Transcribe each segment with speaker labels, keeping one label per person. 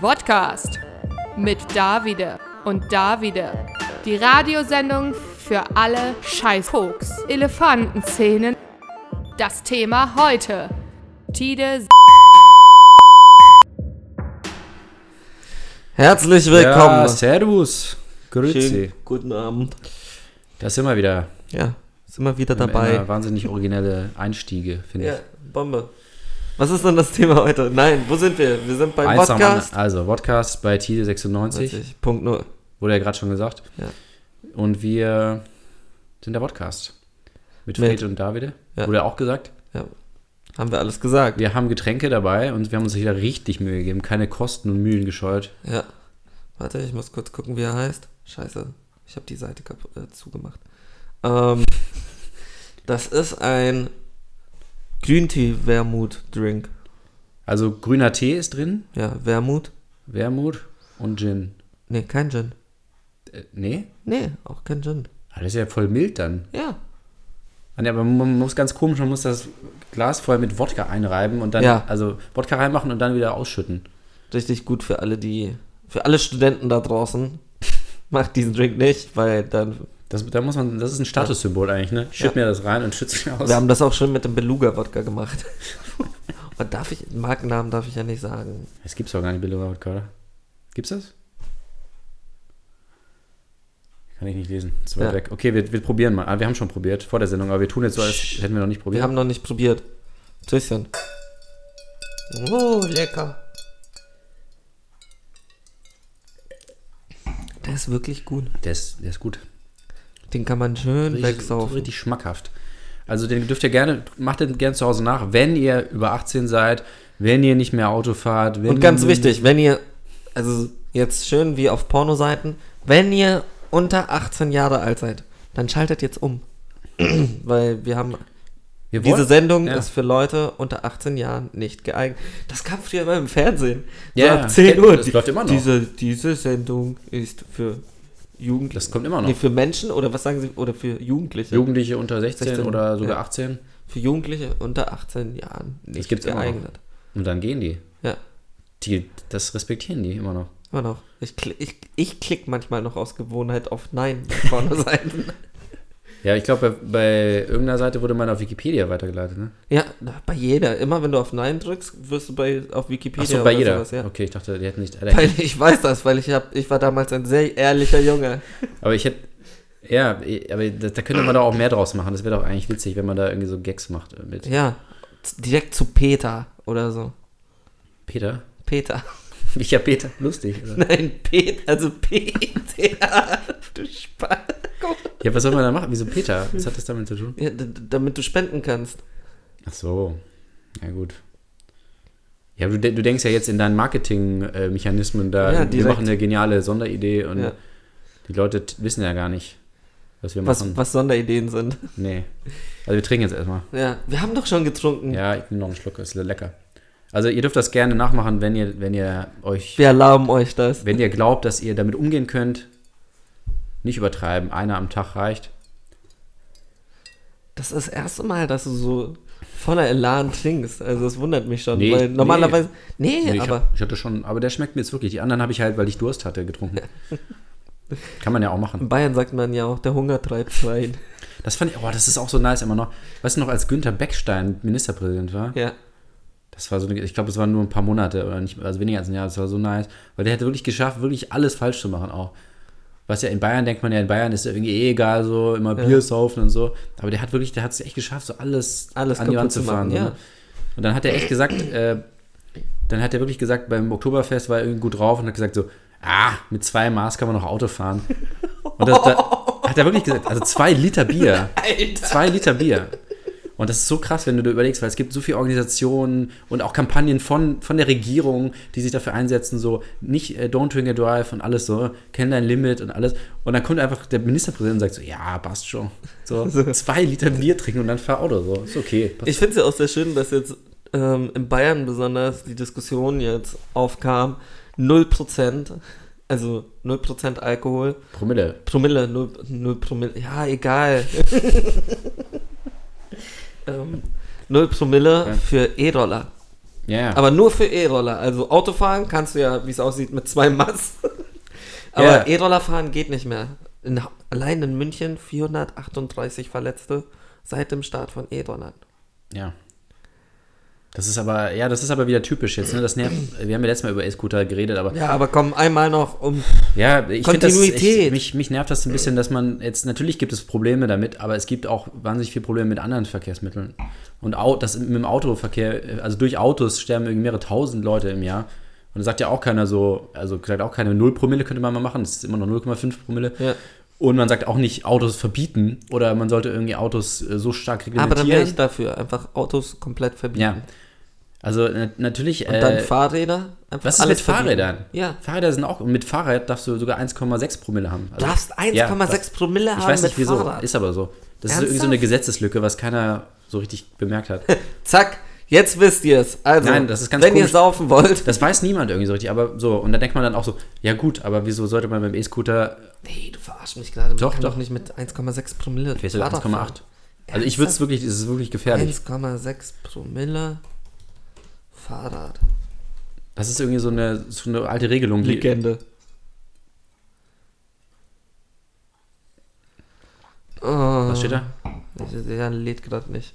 Speaker 1: Podcast mit Davide und Davide. Die Radiosendung für alle Scheißkoks. Elefantenzähnen. Das Thema heute. Tide.
Speaker 2: Herzlich willkommen.
Speaker 3: Ja, servus. Grüezi.
Speaker 2: guten Abend.
Speaker 3: Da sind wir wieder.
Speaker 2: Ja, sind wir wieder
Speaker 3: Wir haben
Speaker 2: dabei.
Speaker 3: immer Wahnsinnig originelle Einstiege, finde
Speaker 2: Ja,
Speaker 3: ich.
Speaker 2: Bombe. Was ist denn das Thema heute? Nein, wo sind wir? Wir sind beim
Speaker 3: Eins nach dem
Speaker 2: Podcast.
Speaker 3: anderen. Also, Podcast bei Tide 96,
Speaker 2: 90. Punkt 0.
Speaker 3: wurde ja gerade schon gesagt.
Speaker 2: Ja.
Speaker 3: Und wir sind der Podcast. Mit
Speaker 2: Mit-
Speaker 3: Fred und Davide,
Speaker 2: Ja.
Speaker 3: wurde auch gesagt.
Speaker 2: Ja. Haben wir alles gesagt?
Speaker 3: Wir haben Getränke dabei und wir haben uns wieder richtig Mühe gegeben. Keine Kosten und Mühen gescheut.
Speaker 2: Ja. Warte, ich muss kurz gucken, wie er heißt. Scheiße, ich habe die Seite kaputt, äh, zugemacht. Ähm, das ist ein Green Tea Wermut Drink.
Speaker 3: Also, grüner Tee ist drin,
Speaker 2: Ja, Wermut?
Speaker 3: Wermut und Gin.
Speaker 2: Nee, kein Gin.
Speaker 3: Äh, nee?
Speaker 2: Nee, auch kein Gin.
Speaker 3: Alles ist ja voll mild dann.
Speaker 2: Ja.
Speaker 3: Ah, nee, aber man muss ganz komisch, man muss das Glas vorher mit Wodka einreiben und dann,
Speaker 2: Ja.
Speaker 3: also Wodka reinmachen und dann wieder ausschütten.
Speaker 2: Richtig gut für alle, die, für alle Studenten da draußen. Macht diesen Drink nicht, weil dann,
Speaker 3: Das, da muss man, das ist ein Statussymbol eigentlich, ne? Ich schütt mir das rein und schütze mir aus.
Speaker 2: wir haben das auch schon mit dem Beluga-Wodka gemacht. Und darf ich, Markennamen darf ich ja nicht sagen.
Speaker 3: Das gibt's doch gar nicht, Billiger Wodka, oder? Gibt's das? Kann ich nicht lesen. Ist weit
Speaker 2: Ja.
Speaker 3: weg. Okay, wir, wir probieren mal. Ah, wir haben schon probiert vor der Sendung, aber wir tun jetzt so, als hätten wir noch nicht
Speaker 2: Wir
Speaker 3: probiert.
Speaker 2: haben noch nicht probiert. Tschüsschen. Oh, lecker. Der ist wirklich gut.
Speaker 3: Der ist, der ist gut.
Speaker 2: Den kann man schön
Speaker 3: Richtig,
Speaker 2: wegsaufen.
Speaker 3: richtig schmackhaft. Also den dürft ihr gerne, macht den gerne zu Hause nach, wenn ihr über 18 seid, wenn ihr nicht mehr Auto fahrt. Wenn
Speaker 2: Und ganz
Speaker 3: ihr,
Speaker 2: wichtig, wenn ihr, also jetzt schön wie auf Pornoseiten, wenn ihr unter 18 Jahre alt seid, dann schaltet jetzt um. Weil wir haben,
Speaker 3: Wir
Speaker 2: diese
Speaker 3: wollen-
Speaker 2: Sendung
Speaker 3: ja.
Speaker 2: ist für Leute unter 18 Jahren nicht geeignet. Das kam früher immer im Fernsehen.
Speaker 3: Ja,
Speaker 2: so
Speaker 3: ja.
Speaker 2: ab 10 Uhr.
Speaker 3: Das läuft immer noch.
Speaker 2: Diese, diese Sendung ist für Jugendliche.
Speaker 3: Das kommt immer noch.
Speaker 2: Nee, für Menschen oder was sagen Sie, oder für Jugendliche.
Speaker 3: Jugendliche unter 16,
Speaker 2: 16,
Speaker 3: oder sogar
Speaker 2: ja.
Speaker 3: 18
Speaker 2: für Jugendliche unter 18 Jahren nicht
Speaker 3: gibt's immer noch.
Speaker 2: geeignet.
Speaker 3: und dann gehen die.
Speaker 2: Ja.
Speaker 3: die. Das respektieren die immer noch.
Speaker 2: Immer noch. Ich, kli ich, ich klick manchmal noch aus Gewohnheit auf Nein um bei Pornoseiten.
Speaker 3: Ja, ich glaube, bei, bei irgendeiner Seite wurde man auf Wikipedia weitergeleitet, ne?
Speaker 2: ja, na, bei jeder. Immer wenn du auf Nein drückst, wirst du bei, auf Wikipedia
Speaker 3: Achso, bei
Speaker 2: oder
Speaker 3: jeder.
Speaker 2: sowas, ja.
Speaker 3: Okay, ich dachte, die hätten nicht alle.
Speaker 2: Weil ich weiß das, weil ich, hab, ich war damals ein sehr ehrlicher Junge.
Speaker 3: Aber ich hätte. Ja, aber da, da könnte man doch auch mehr draus machen. Das wäre doch eigentlich witzig, wenn man da irgendwie so Gags macht äh, mit
Speaker 2: Ja, z- direkt zu Peter oder so.
Speaker 3: Peter.
Speaker 2: Peter.
Speaker 3: Ich ja Peter. Lustig. Oder?
Speaker 2: Nein, Peter, also Peter. Du Spaß.
Speaker 3: Ja, was soll man da machen? Wieso Peter? Was hat das damit zu tun?
Speaker 2: Ja, d- d- damit du spenden kannst.
Speaker 3: Ach so. Ja, gut. Ja, du, de- du denkst ja jetzt in deinen Marketing-Mechanismen da.
Speaker 2: Ja,
Speaker 3: wir
Speaker 2: direkt.
Speaker 3: machen eine geniale Sonderidee und
Speaker 2: Ja.
Speaker 3: die Leute t- wissen ja gar nicht, was wir machen.
Speaker 2: Was, was Sonderideen sind.
Speaker 3: Nee. Also wir trinken jetzt erstmal.
Speaker 2: Ja, wir haben doch schon getrunken.
Speaker 3: Ja, ich nehme noch einen Schluck, ist lecker. Also ihr dürft das gerne nachmachen, wenn ihr, wenn ihr euch,
Speaker 2: Wir erlauben euch das.
Speaker 3: wenn ihr glaubt, dass ihr damit umgehen könnt. Nicht übertreiben, einer am Tag reicht.
Speaker 2: Das ist das erste Mal, dass du so voller Elan trinkst. Also das wundert mich schon.
Speaker 3: Nee,
Speaker 2: weil normalerweise. Nee,
Speaker 3: Nee, ich,
Speaker 2: aber
Speaker 3: hab, ich hatte schon, aber der schmeckt mir jetzt wirklich. Die anderen habe ich halt, weil ich Durst hatte, getrunken. Kann man ja auch machen.
Speaker 2: in Bayern sagt man ja auch, der Hunger treibt's rein.
Speaker 3: Das fand ich, oh, das ist auch so nice immer noch. Weißt du noch, als Günther Beckstein Ministerpräsident war?
Speaker 2: ja.
Speaker 3: Das war so, eine, ich glaube, es waren nur ein paar Monate oder nicht, also weniger als ein Jahr, das war so nice. Weil der hat wirklich geschafft, wirklich alles falsch zu machen auch. Was ja in Bayern denkt man ja, in Bayern ist irgendwie eh egal, so immer Bier saufen und so. Aber der hat wirklich, der hat es echt geschafft, so alles,
Speaker 2: Alles
Speaker 3: an die
Speaker 2: kaputt
Speaker 3: Wand
Speaker 2: zu
Speaker 3: zu fahren.
Speaker 2: machen,
Speaker 3: so,
Speaker 2: ja.
Speaker 3: ne? Und dann hat er echt gesagt, äh, dann hat er wirklich gesagt, beim Oktoberfest war er irgendwie gut drauf und hat gesagt so, ah, mit zwei Maß kann man noch Auto fahren. Und das, da, hat er wirklich gesagt, also zwei Liter Bier.
Speaker 2: Alter.
Speaker 3: Zwei Liter Bier. Und das ist so krass, wenn du dir überlegst, weil es gibt so viele Organisationen und auch Kampagnen von, von der Regierung, die sich dafür einsetzen, so nicht äh, don't drink and drive und alles so, kenn dein Limit und alles. Und dann kommt einfach der Ministerpräsident und sagt so, ja, passt schon. So, zwei Liter Bier trinken und dann fahr Auto, so, ist okay. Passt.
Speaker 2: Ich finde es ja auch sehr schön, dass jetzt ähm, in Bayern besonders die Diskussion jetzt aufkam: 0%, also 0% Alkohol,
Speaker 3: Promille.
Speaker 2: Promille, 0, 0 Promille, ja, egal. ähm, 0 Promille
Speaker 3: Ja.
Speaker 2: für E-Roller.
Speaker 3: Ja, ja.
Speaker 2: Aber nur für E-Roller. Also Autofahren kannst du ja, wie es aussieht, mit zwei Mass. Aber
Speaker 3: Ja.
Speaker 2: E-Roller fahren geht nicht mehr. In, allein in München 438 Verletzte seit dem Start von E-Rollern.
Speaker 3: Ja. Das ist aber, ja, das ist aber wieder typisch jetzt, ne? Das nervt. Wir haben ja letztes Mal über E-Scooter geredet, aber
Speaker 2: Ja, aber komm, einmal noch um.
Speaker 3: ja, ich finde das, ich,
Speaker 2: Kontinuität.
Speaker 3: mich, mich nervt das ein bisschen, dass man jetzt, natürlich gibt es Probleme damit, aber es gibt auch wahnsinnig viele Probleme mit anderen Verkehrsmitteln. Und au, das mit dem Autoverkehr, äh, also durch Autos sterben irgendwie mehrere tausend Leute im Jahr. Und da sagt ja auch keiner so, also sagt auch keine 0 Promille könnte man mal machen, das ist immer noch 0,5 Promille.
Speaker 2: Ja.
Speaker 3: Und man sagt auch nicht, Autos verbieten oder man sollte irgendwie Autos äh, so stark reglementieren.
Speaker 2: Aber dann wäre ich dafür. Einfach Autos komplett verbieten.
Speaker 3: Ja. Also na natürlich. äh,
Speaker 2: Und dann Fahrräder. Einfach
Speaker 3: was ist mit Fahrrädern?
Speaker 2: verbieten. Ja.
Speaker 3: Fahrräder sind auch. Mit Fahrrad darfst du sogar 1,6 Promille haben.
Speaker 2: Du
Speaker 3: Also,
Speaker 2: darfst 1,6
Speaker 3: ja, das-
Speaker 2: Promille haben
Speaker 3: Ich weiß nicht
Speaker 2: mit
Speaker 3: wieso.
Speaker 2: Fahrrad.
Speaker 3: Ist aber so. Das ist
Speaker 2: Ernsthaft?
Speaker 3: irgendwie so eine Gesetzeslücke, was keiner so richtig bemerkt hat.
Speaker 2: Zack, jetzt wisst ihr es. Also,
Speaker 3: Nein, das ist ganz
Speaker 2: wenn ihr
Speaker 3: komisch.
Speaker 2: saufen wollt.
Speaker 3: Das weiß niemand irgendwie so richtig. Aber so. Und da denkt man dann auch so: Ja, gut, aber wieso sollte man beim E-Scooter.
Speaker 2: Nee, du verarsch mich gerade. Man
Speaker 3: Doch,
Speaker 2: kann
Speaker 3: doch.
Speaker 2: doch nicht mit 1,6 Promille.
Speaker 3: Weißt du,
Speaker 2: Fahrrad
Speaker 3: 1,8. Also ich würde es wirklich. Es ist wirklich
Speaker 2: fahren.
Speaker 3: gefährlich.
Speaker 2: 1,6 Promille Fahrrad.
Speaker 3: Das ist irgendwie so eine, so eine alte Regelung. Die,
Speaker 2: Oh,
Speaker 3: was steht da?
Speaker 2: Der lädt gerade nicht.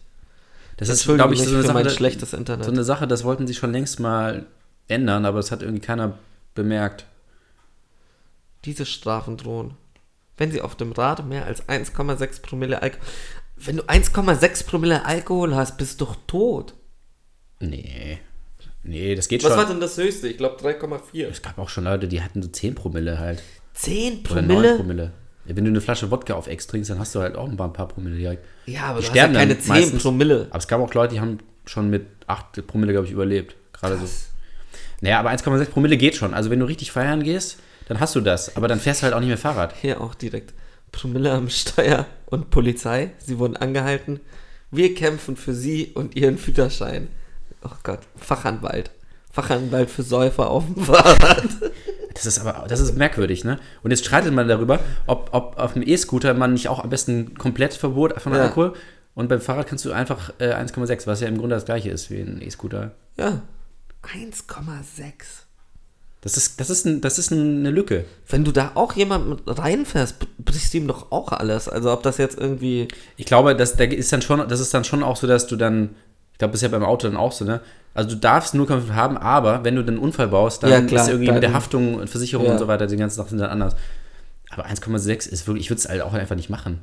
Speaker 3: Das ist,
Speaker 2: Entschuldige
Speaker 3: glaube ich,
Speaker 2: mich
Speaker 3: so eine
Speaker 2: für
Speaker 3: Sache,
Speaker 2: mein
Speaker 3: da-
Speaker 2: schlechtes Internet.
Speaker 3: So eine Sache, das wollten sie schon längst mal ändern, aber das hat irgendwie keiner bemerkt.
Speaker 2: Diese Strafen drohen. Wenn sie auf dem Rad mehr als 1,6 Promille Alkohol. Wenn du 1,6 Promille Alkohol hast, bist du doch tot.
Speaker 3: Nee. Nee, das geht
Speaker 2: Was
Speaker 3: schon.
Speaker 2: war denn das höchste? Ich glaube 3,4.
Speaker 3: es gab auch schon Leute, die hatten so 10 Promille halt.
Speaker 2: 10
Speaker 3: Oder 9
Speaker 2: Promille?
Speaker 3: Promille. Ja, wenn du eine Flasche Wodka auf Ex trinkst, dann hast du halt auch ein paar, ein paar Promille direkt.
Speaker 2: Ja, aber
Speaker 3: Die
Speaker 2: du hast ja
Speaker 3: sterben
Speaker 2: keine
Speaker 3: dann
Speaker 2: 10
Speaker 3: meistens.
Speaker 2: Promille.
Speaker 3: Aber es gab auch Leute, die haben schon mit 8 Promille, glaube ich, überlebt. Gerade so.
Speaker 2: Krass.
Speaker 3: Naja, aber 1,6 Promille geht schon. Also wenn du richtig feiern gehst, dann hast du das. Aber dann fährst du halt auch nicht mehr Fahrrad.
Speaker 2: Hier auch direkt. Promille am Steuer und Polizei. Sie wurden angehalten. Wir kämpfen für Sie und Ihren Führerschein. Oh Gott, Fachanwalt. Fachanwalt für Säufer auf dem Fahrrad.
Speaker 3: Das ist aber, das ist merkwürdig, ne? Und jetzt streitet man darüber, ob, ob auf dem E-Scooter man nicht auch am besten komplett Verbot von
Speaker 2: Ja.
Speaker 3: Alkohol und beim Fahrrad kannst du einfach äh, 1,6, was ja im Grunde das gleiche ist wie ein E-Scooter.
Speaker 2: Ja. 1,6.
Speaker 3: Das ist, das ist, ein, das ist eine Lücke.
Speaker 2: Wenn du da auch jemand mit reinfährst, br- brichst du ihm doch auch alles. Also ob das jetzt irgendwie.
Speaker 3: Ich glaube, das, da ist dann schon, das ist dann schon auch so, dass du dann, ich glaube, das ist ja beim Auto dann auch so, ne? Also du darfst 0,5 haben, aber wenn du dann einen Unfall baust, dann
Speaker 2: Ja, klar,
Speaker 3: ist irgendwie mit der
Speaker 2: dann-
Speaker 3: Haftung und Versicherung
Speaker 2: Ja.
Speaker 3: und so weiter, die ganzen Sachen sind dann anders. Aber 1,6 ist wirklich, ich würde es halt auch einfach nicht machen.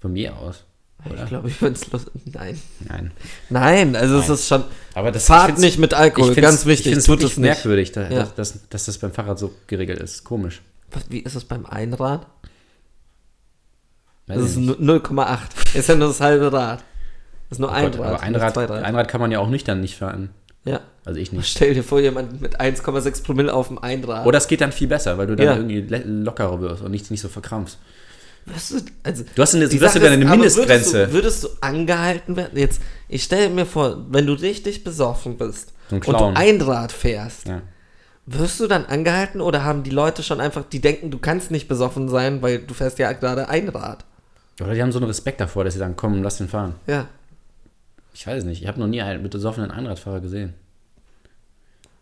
Speaker 3: Von mir aus. Oder?
Speaker 2: Ich glaube, ich würde es los. Nein.
Speaker 3: Nein.
Speaker 2: Nein, also es ist schon.
Speaker 3: Aber das ich
Speaker 2: Fahrt
Speaker 3: find's-
Speaker 2: nicht mit Alkohol,
Speaker 3: find's-
Speaker 2: ganz wichtig.
Speaker 3: Ich finde es
Speaker 2: tut
Speaker 3: wirklich
Speaker 2: es nicht.
Speaker 3: merkwürdig, da,
Speaker 2: Ja.
Speaker 3: dass, dass, dass das beim Fahrrad so geregelt ist. Komisch.
Speaker 2: Was- Wie ist es beim Einrad?
Speaker 3: Weiß
Speaker 2: Das
Speaker 3: ich
Speaker 2: ist
Speaker 3: nicht.
Speaker 2: 0,8. Ist ja nur das halbe Rad. Das ist nur ein
Speaker 3: Gott,
Speaker 2: Rad.
Speaker 3: aber ein
Speaker 2: nicht
Speaker 3: Rad,
Speaker 2: zwei Rad.
Speaker 3: ein Rad kann man ja auch nüchtern nicht fahren.
Speaker 2: Ja.
Speaker 3: Also ich nicht.
Speaker 2: Stell dir vor, jemand mit 1,6 Promille auf dem Einrad.
Speaker 3: Oder es geht dann viel besser, weil du dann
Speaker 2: Ja.
Speaker 3: irgendwie le- lockerer wirst und nicht, nicht so verkrampfst.
Speaker 2: Was ist- also,
Speaker 3: Du hast eine,
Speaker 2: die
Speaker 3: du hast
Speaker 2: Sache
Speaker 3: sogar eine
Speaker 2: ist, aber
Speaker 3: Mindestgrenze.
Speaker 2: Würdest du, würdest du angehalten werden? Jetzt, ich stelle mir vor, wenn du richtig besoffen bist
Speaker 3: So ein
Speaker 2: und du
Speaker 3: Clown.
Speaker 2: Einrad fährst,
Speaker 3: ja.
Speaker 2: wirst du dann angehalten oder haben die Leute schon einfach, die denken, du kannst nicht besoffen sein, weil du fährst ja gerade Einrad?
Speaker 3: Oder die haben so einen Respekt davor, dass sie sagen, komm, lass den fahren.
Speaker 2: Ja.
Speaker 3: Ich weiß nicht, ich habe noch nie einen mit besoffenen Einradfahrer gesehen.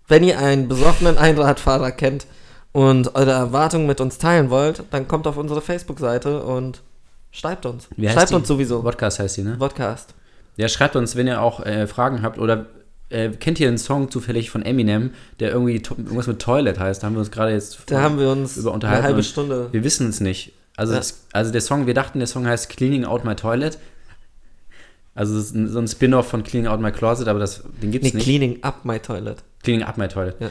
Speaker 2: Wenn ihr einen besoffenen Einradfahrer kennt und eure Erwartungen mit uns teilen wollt, dann kommt auf unsere Facebook-Seite und schreibt uns.
Speaker 3: Wie heißt
Speaker 2: schreibt
Speaker 3: die?
Speaker 2: uns sowieso.
Speaker 3: Podcast heißt die, ne?
Speaker 2: Podcast.
Speaker 3: Ja, schreibt uns, wenn ihr auch äh, Fragen habt oder äh, kennt ihr einen Song zufällig von Eminem, der irgendwie to irgendwas mit Toilet heißt? Da haben wir uns gerade jetzt
Speaker 2: Da haben wir uns
Speaker 3: über
Speaker 2: eine
Speaker 3: unterhalten.
Speaker 2: halbe
Speaker 3: und
Speaker 2: Stunde.
Speaker 3: Wir wissen es nicht. Also,
Speaker 2: Ja.
Speaker 3: es, also der Song, wir dachten, der Song heißt Cleaning Out My Toilet. Also es ist ein, so ein Spin-off von Cleaning Out My Closet, aber das, den gibt's
Speaker 2: Nee,
Speaker 3: nicht.
Speaker 2: Cleaning Up My Toilet.
Speaker 3: Cleaning Up My Toilet. Ja,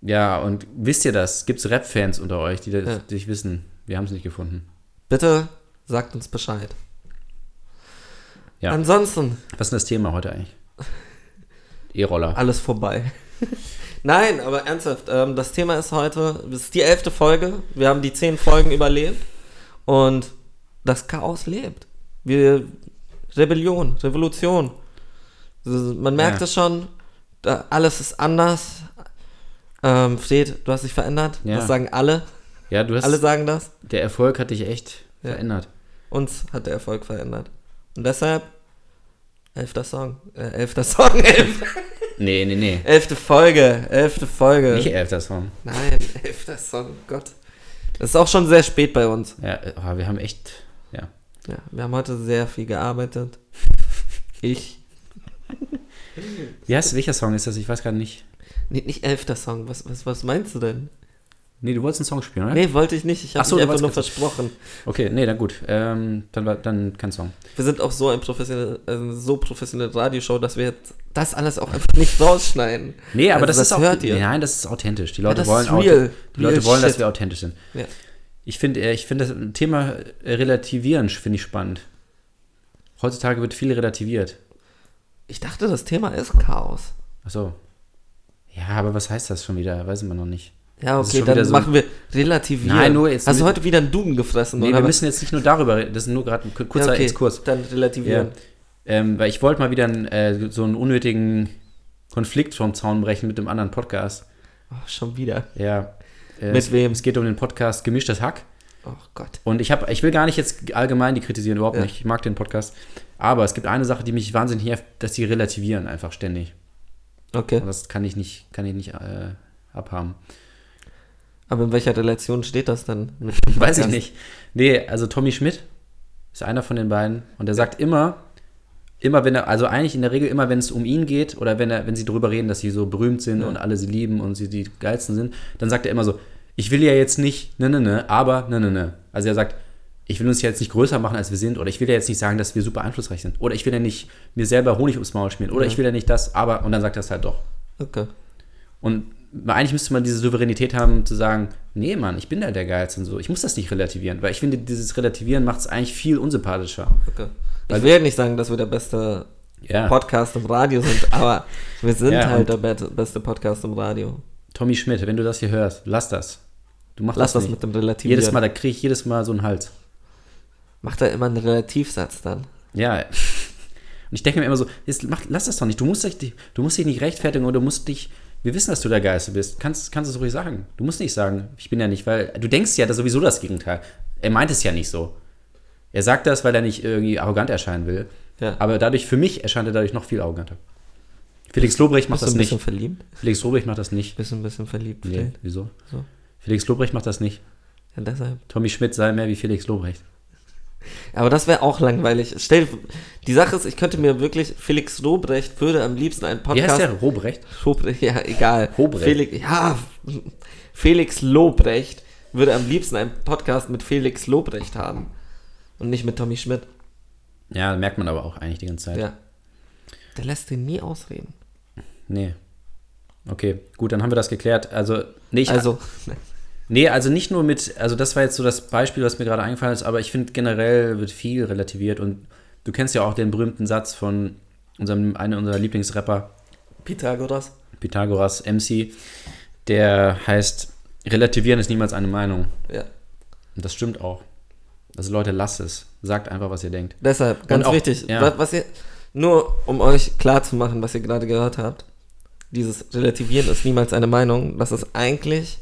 Speaker 2: Ja.
Speaker 3: und wisst ihr das? Gibt's Rap-Fans unter euch, die das
Speaker 2: Ja.
Speaker 3: die das wissen? Wir haben es nicht gefunden.
Speaker 2: Bitte sagt uns Bescheid.
Speaker 3: Ja.
Speaker 2: Ansonsten,
Speaker 3: Was ist denn das Thema heute eigentlich? E-Roller.
Speaker 2: alles vorbei. Nein, aber ernsthaft, ähm, das Thema ist heute, es ist die elfte Folge. Wir haben die zehn Folgen überlebt und das Chaos lebt. Wir, Rebellion, Revolution. Das ist- Man merkt
Speaker 3: Ja.
Speaker 2: es schon, da, alles ist anders. Ähm, Fred, du hast dich verändert.
Speaker 3: Ja.
Speaker 2: Das sagen alle.
Speaker 3: Ja, du hast.
Speaker 2: Alle sagen das.
Speaker 3: der Erfolg hat dich echt
Speaker 2: Ja.
Speaker 3: verändert.
Speaker 2: Uns hat der Erfolg verändert. Und deshalb, elfter Song, äh, elfter Song, elf,
Speaker 3: Nee, nee, nee.
Speaker 2: Elfte Folge, elfte Folge.
Speaker 3: Nicht elfter Song.
Speaker 2: Nein, elfter Song, Gott. Das ist auch schon sehr spät bei uns.
Speaker 3: Ja, äh, oh, wir haben echt. Ja.
Speaker 2: Ja, wir haben heute sehr viel gearbeitet. Ich.
Speaker 3: Wie heißt welcher Song ist das? Ich weiß gerade nicht.
Speaker 2: Nee, nicht elfter Song, was, was, was meinst du denn?
Speaker 3: Nee, du wolltest einen Song spielen, oder?
Speaker 2: Nee, wollte ich nicht. Ich
Speaker 3: Ach
Speaker 2: habe
Speaker 3: so,
Speaker 2: mich
Speaker 3: du
Speaker 2: einfach nur
Speaker 3: wolltest-
Speaker 2: versprochen.
Speaker 3: Okay, nee, dann gut. Ähm, dann, war- dann kein Song.
Speaker 2: Wir sind auch so ein professionell, also so professionelle Radioshow, dass wir jetzt das alles auch einfach nicht rausschneiden.
Speaker 3: Nee, aber
Speaker 2: Also
Speaker 3: das, ist auch.
Speaker 2: hört ihr.
Speaker 3: Nein, das ist authentisch. Die Leute
Speaker 2: das
Speaker 3: wollen,
Speaker 2: ist
Speaker 3: auth-
Speaker 2: real.
Speaker 3: die Leute
Speaker 2: Real
Speaker 3: wollen dass
Speaker 2: shit.
Speaker 3: wir authentisch sind.
Speaker 2: Ja.
Speaker 3: Ich finde äh, ich find das Thema äh, relativieren finde ich spannend. Heutzutage wird viel relativiert.
Speaker 2: Ich dachte, das Thema ist Chaos.
Speaker 3: Ach so. Ja, aber was heißt das schon wieder? Weiß man noch nicht.
Speaker 2: Ja,
Speaker 3: Das ist
Speaker 2: okay,
Speaker 3: schon
Speaker 2: dann
Speaker 3: wieder so-
Speaker 2: machen wir relativieren.
Speaker 3: Nein, nur jetzt
Speaker 2: Hast du
Speaker 3: mit-
Speaker 2: heute wieder einen Duden gefressen?
Speaker 3: Nee,
Speaker 2: oder
Speaker 3: wir
Speaker 2: was?
Speaker 3: müssen jetzt nicht nur darüber reden. Das ist nur gerade ein kur- kurzer
Speaker 2: ja, okay,
Speaker 3: Exkurs.
Speaker 2: Dann relativieren.
Speaker 3: Ja. Ähm, weil ich wollte mal wieder einen, äh, so einen unnötigen Konflikt vom Zaun brechen mit dem anderen Podcast.
Speaker 2: Ach, Oh, schon wieder.
Speaker 3: Ja. Äh,
Speaker 2: Mit
Speaker 3: es,
Speaker 2: wem?
Speaker 3: Es geht um den Podcast Gemischtes Hack.
Speaker 2: Oh Gott.
Speaker 3: Und ich habe, ich will gar nicht jetzt allgemein die kritisieren, überhaupt
Speaker 2: Ja.
Speaker 3: nicht. Ich mag den Podcast. Aber es gibt eine Sache, die mich wahnsinnig nervt, dass die relativieren einfach ständig.
Speaker 2: Okay.
Speaker 3: Und das kann ich nicht, kann ich nicht äh, abhaben.
Speaker 2: Aber in welcher Relation steht das dann? mit dem
Speaker 3: Weiß ich
Speaker 2: Podcast?
Speaker 3: nicht. Nee, also Tommy Schmidt ist einer von den beiden und der sagt immer, immer wenn er, also eigentlich in der Regel immer, wenn es um ihn geht oder wenn er, wenn sie darüber reden, dass sie so berühmt sind und alle sie lieben und sie die geilsten sind, dann sagt er immer so, ich will ja jetzt nicht, ne, ne, ne, aber ne, ne, ne. Also er sagt, ich will uns ja jetzt nicht größer machen, als wir sind, oder ich will ja jetzt nicht sagen, dass wir super einflussreich sind, oder ich will ja nicht mir selber Honig ums Maul schmieren, oder ich will ja nicht das, aber, und dann sagt er es halt doch.
Speaker 2: Okay.
Speaker 3: Und eigentlich müsste man diese Souveränität haben, zu sagen, nee, Mann, ich bin da der Geilste und so. Ich muss das nicht relativieren, weil ich finde, dieses Relativieren macht es eigentlich viel unsympathischer.
Speaker 2: okay. Ich will ja nicht sagen, dass wir der beste
Speaker 3: Also- Ja,
Speaker 2: Podcast im Radio sind, aber wir sind
Speaker 3: Ja,
Speaker 2: halt
Speaker 3: und-
Speaker 2: der be- beste Podcast im Radio.
Speaker 3: Tommy Schmidt, wenn du das hier hörst, lass das. Du machst
Speaker 2: Lass
Speaker 3: das,
Speaker 2: das mit
Speaker 3: nicht.
Speaker 2: dem Relativieren.
Speaker 3: Jedes Mal, da kriege ich jedes Mal so einen Hals.
Speaker 2: Macht er immer einen Relativsatz dann.
Speaker 3: Ja. Und ich denke mir immer so, jetzt mach, lass das doch nicht. Du musst dich, du musst dich nicht rechtfertigen oder du musst dich. Wir wissen, dass du der Geiste bist. Kannst, kannst du es ruhig sagen. Du musst nicht sagen, ich bin ja nicht, weil du denkst ja das sowieso das Gegenteil. Er meint es ja nicht so. Er sagt das, weil er nicht irgendwie arrogant erscheinen will.
Speaker 2: Ja.
Speaker 3: Aber dadurch, für mich erscheint er dadurch noch viel arroganter. Felix Lobrecht macht
Speaker 2: Bist du
Speaker 3: das
Speaker 2: ein bisschen
Speaker 3: nicht.
Speaker 2: verliebt?
Speaker 3: Felix Lobrecht macht das nicht.
Speaker 2: Bist du ein bisschen verliebt?
Speaker 3: Nee,
Speaker 2: vielleicht?
Speaker 3: wieso?
Speaker 2: So.
Speaker 3: Felix Lobrecht macht das nicht.
Speaker 2: Ja, deshalb.
Speaker 3: Tommy Schmidt sei mehr wie Felix Lobrecht.
Speaker 2: Aber das wäre auch langweilig. Stell, die Sache ist, ich könnte mir wirklich, Felix Robrecht würde am liebsten einen
Speaker 3: Wie heißt
Speaker 2: Podcast.
Speaker 3: der? Robrecht?
Speaker 2: Robrecht, ja, egal.
Speaker 3: Hobrecht.
Speaker 2: Felix, ja, Felix Lobrecht würde am liebsten einen Podcast mit Felix Lobrecht haben. Und nicht mit Tommy Schmidt.
Speaker 3: Ja, merkt man aber auch eigentlich die ganze Zeit.
Speaker 2: Ja. Der lässt den nie ausreden.
Speaker 3: Nee. Okay, gut, dann haben wir das geklärt. Also, nee, ich,
Speaker 2: Also,
Speaker 3: nee, also nicht nur mit, also das war jetzt so das Beispiel, was mir gerade eingefallen ist, aber ich finde generell wird viel relativiert und du kennst ja auch den berühmten Satz von unserem, einem unserer Lieblingsrapper,
Speaker 2: Pythagoras.
Speaker 3: Pythagoras MC, der heißt, relativieren ist niemals eine Meinung.
Speaker 2: Ja.
Speaker 3: Und das stimmt auch. Also Leute, lasst es. Sagt einfach, was ihr denkt.
Speaker 2: Deshalb, ganz
Speaker 3: auch-
Speaker 2: wichtig,
Speaker 3: ja.
Speaker 2: wa- was ihr, nur um euch klar zu machen, was ihr gerade gehört habt, dieses Relativieren ist niemals eine Meinung, das ist eigentlich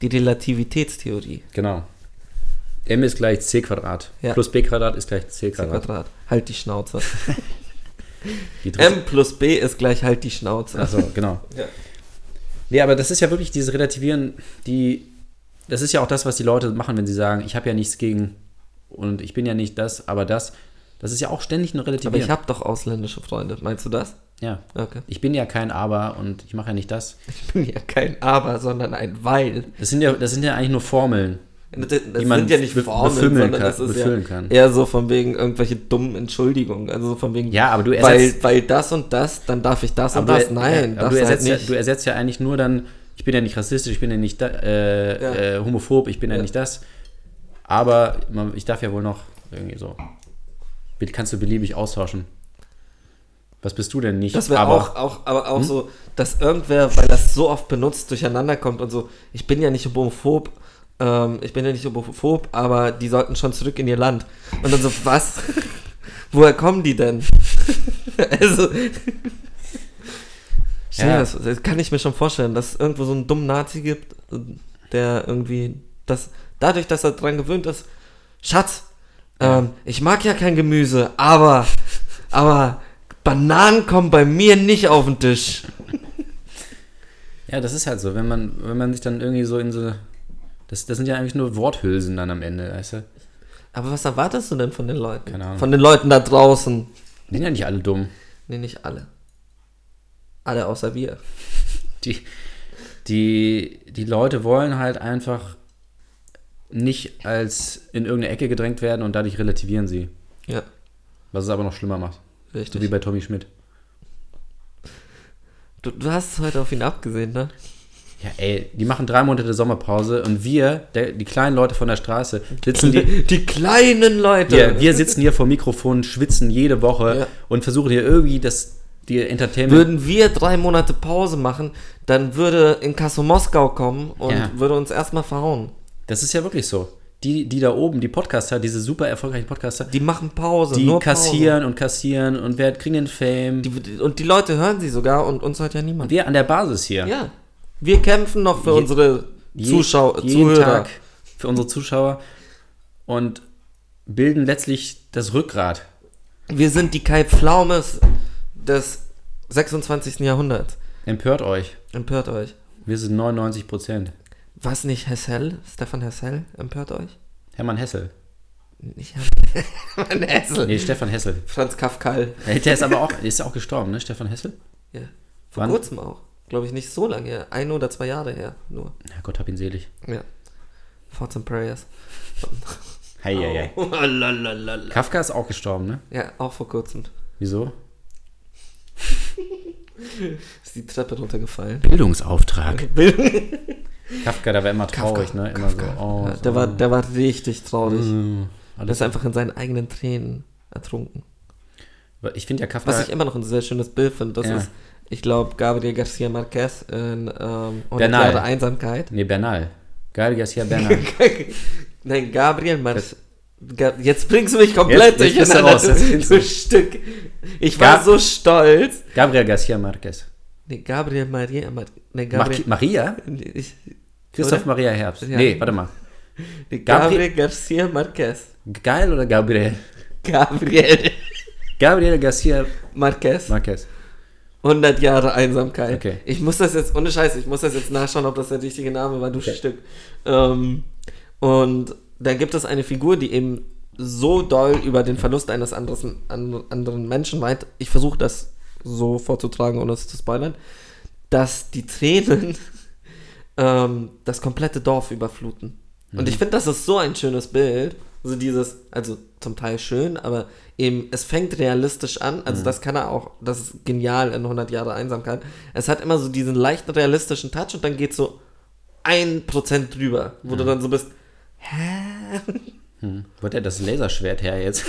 Speaker 2: die Relativitätstheorie,
Speaker 3: Genau. M ist gleich C Quadrat.
Speaker 2: Ja.
Speaker 3: Plus B Quadrat ist gleich
Speaker 2: C
Speaker 3: C Quadrat.
Speaker 2: Quadrat. Halt die Schnauze.
Speaker 3: Die dritte-
Speaker 2: M plus B ist gleich halt die Schnauze.
Speaker 3: Achso, genau.
Speaker 2: Ja.
Speaker 3: Nee, aber das ist ja wirklich dieses Relativieren, die. Das ist ja auch das, was die Leute machen, wenn sie sagen, ich habe ja nichts gegen und ich bin ja nicht das, aber das. Das ist ja auch ständig ein Relativieren.
Speaker 2: Aber ich habe doch ausländische Freunde, meinst du das?
Speaker 3: ja.
Speaker 2: Okay.
Speaker 3: Ich bin ja kein Aber und ich mache ja nicht das.
Speaker 2: Ich bin ja kein Aber, sondern ein Weil.
Speaker 3: Das sind ja, das sind ja eigentlich nur Formeln.
Speaker 2: Das
Speaker 3: Die man
Speaker 2: sind ja nicht
Speaker 3: be-
Speaker 2: Formen,
Speaker 3: befümmeln
Speaker 2: sondern
Speaker 3: kann-
Speaker 2: das ist ja
Speaker 3: befüllen kann.
Speaker 2: eher so von wegen irgendwelche dummen Entschuldigungen. Also so von wegen,
Speaker 3: Ja, aber du
Speaker 2: weil, weil das und das, dann darf ich das und
Speaker 3: aber
Speaker 2: das.
Speaker 3: du-
Speaker 2: Nein,
Speaker 3: aber
Speaker 2: darfst
Speaker 3: du,
Speaker 2: du halt
Speaker 3: ersetzt ja,
Speaker 2: nicht.
Speaker 3: du ersetzt ja eigentlich nur dann, ich bin ja nicht rassistisch, ich bin ja nicht da, äh,
Speaker 2: Ja.
Speaker 3: Äh, homophob, ich bin ja,
Speaker 2: Ja.
Speaker 3: nicht das. Aber man, ich darf ja wohl noch irgendwie so. Be- Kannst du beliebig austauschen. Was bist du denn nicht?
Speaker 2: Das wäre
Speaker 3: aber- Hm?
Speaker 2: auch, auch, aber auch so, dass irgendwer, weil das so oft benutzt, durcheinander kommt und so, ich bin ja nicht homophob, ähm, ich bin ja nicht homophob, aber die sollten schon zurück in ihr Land. Und dann so, was? Woher kommen die denn? also. Stell dir
Speaker 3: Ja.
Speaker 2: Das, das kann ich mir schon vorstellen, dass es irgendwo so einen dummen Nazi gibt, der irgendwie, das, dadurch, dass er dran gewöhnt ist, Schatz, ähm, ich mag ja kein Gemüse, aber, aber Bananen kommen bei mir nicht auf den Tisch.
Speaker 3: Ja, das ist halt so, wenn man, wenn man sich dann irgendwie so in so. Das, das sind ja eigentlich nur Worthülsen dann am Ende, weißt du?
Speaker 2: Aber was erwartest du denn von den Leuten?
Speaker 3: Keine Ahnung.
Speaker 2: Von den Leuten da draußen.
Speaker 3: Die sind ja nicht alle dumm.
Speaker 2: Nee, nicht alle. Alle außer wir.
Speaker 3: Die, die, die Leute wollen halt einfach nicht als in irgendeine Ecke gedrängt werden und dadurch relativieren sie.
Speaker 2: Ja,
Speaker 3: Was es aber noch schlimmer macht. So
Speaker 2: richtig.
Speaker 3: wie bei Tommy Schmidt.
Speaker 2: Du, du hast heute auf ihn abgesehen, ne?
Speaker 3: Ja, ey, die machen drei Monate Sommerpause und wir, der, die kleinen Leute von der Straße, sitzen die,
Speaker 2: Die, kleinen Leute.
Speaker 3: Wir, wir sitzen hier vor Mikrofon, schwitzen jede Woche
Speaker 2: Ja.
Speaker 3: und versuchen hier irgendwie das die Entertainment.
Speaker 2: Würden wir drei Monate Pause machen, dann würde in Kasso Moskau kommen und
Speaker 3: Ja.
Speaker 2: würde uns erstmal verhauen.
Speaker 3: Das ist ja wirklich so. Die, die da oben, die Podcaster, diese super erfolgreichen Podcaster, die,
Speaker 2: Die machen Pause, nur
Speaker 3: kassieren und kassieren und wer kriegen den Fame.
Speaker 2: Pause. Die, und die Leute hören sie sogar und uns hört ja niemand.
Speaker 3: wir an der Basis hier.
Speaker 2: ja. Wir kämpfen noch für unsere
Speaker 3: Je-
Speaker 2: Zuschauer,
Speaker 3: jeden
Speaker 2: Zuhörer.
Speaker 3: Tag für unsere Zuschauer und bilden letztlich das Rückgrat.
Speaker 2: Wir sind die Kai Pflaumes des 26. Jahrhunderts.
Speaker 3: Empört euch.
Speaker 2: Empört euch.
Speaker 3: Wir sind 99 Prozent.
Speaker 2: Was nicht Hessel? Stefan Hessel? Empört euch?
Speaker 3: Hermann Hessel.
Speaker 2: Nicht Hermann Hessel.
Speaker 3: Nee, Stefan Hessel.
Speaker 2: Franz Kafkal.
Speaker 3: Ey, Der ist aber auch, ist auch gestorben, ne? Stefan Hessel?
Speaker 2: Ja. Vor
Speaker 3: Wann?
Speaker 2: kurzem auch. Glaube ich nicht so lange her. Ein oder zwei Jahre her nur.
Speaker 3: Na Gott, hab ihn selig.
Speaker 2: Ja. Thoughts and Prayers.
Speaker 3: Hei, hei, hei.
Speaker 2: Oh, lalalala.
Speaker 3: Kafka ist auch gestorben, ne?
Speaker 2: ja, auch vor kurzem.
Speaker 3: Wieso?
Speaker 2: Ist die Treppe runtergefallen.
Speaker 3: Bildungsauftrag. Kafka, der war immer traurig,
Speaker 2: Kafka,
Speaker 3: ne? Immer so. Oh,
Speaker 2: Ja,
Speaker 3: so.
Speaker 2: der, war, der war richtig traurig. Der
Speaker 3: Mm,
Speaker 2: ist
Speaker 3: Alles
Speaker 2: einfach in seinen eigenen Tränen ertrunken.
Speaker 3: ich finde ja Kafka.
Speaker 2: Was ich immer noch ein sehr schönes Bild finde, das
Speaker 3: Ja.
Speaker 2: ist, ich glaube, Gabriel Garcia Marquez in ähm, 100
Speaker 3: Bernal.
Speaker 2: Jahre Einsamkeit.
Speaker 3: nee, Bernal. Geil, Garcia Bernal. Ah.
Speaker 2: Nein, Gabriel Marquez. Ga jetzt bringst du mich komplett
Speaker 3: Jetzt- jetzt bist du
Speaker 2: durcheinander,
Speaker 3: raus, jetzt bist
Speaker 2: du
Speaker 3: du-
Speaker 2: Stück. Ich war
Speaker 3: Gab-
Speaker 2: so stolz.
Speaker 3: Gabriel Garcia Marquez.
Speaker 2: Nee, Gabriel Maria. Mar nee,
Speaker 3: Mar
Speaker 2: Gabriel.
Speaker 3: Maria?
Speaker 2: Nee, ich,
Speaker 3: Christoph
Speaker 2: Oder?
Speaker 3: Maria Herbst.
Speaker 2: Ja.
Speaker 3: Nee, warte mal.
Speaker 2: nee,
Speaker 3: Gabriel-
Speaker 2: Gabriel Garcia Marquez.
Speaker 3: Geil oder Gabriel?
Speaker 2: Gabriel
Speaker 3: Gabriel Garcia
Speaker 2: Marquez.
Speaker 3: Marquez.
Speaker 2: 100 Jahre Einsamkeit.
Speaker 3: Okay.
Speaker 2: Ich muss das jetzt, ohne Scheiß, ich muss das jetzt nachschauen, ob das der richtige Name war, du Stück. Ähm, und da gibt es eine Figur, die eben so doll über den Verlust eines anderes, an, anderen Menschen weint. Ich versuche das so vorzutragen, ohne es zu spoilern, dass die Tränen ähm, das komplette Dorf überfluten. Und ich finde, das ist so ein schönes Bild. Also dieses, also zum Teil schön, aber eben, es fängt realistisch an. Also das kann er auch, das ist genial in 100 Jahre Einsamkeit. Es hat immer so diesen leichten realistischen Touch und dann geht so ein Prozent drüber, wo du dann so bist, hä?
Speaker 3: Wo hat er das Laserschwert her jetzt?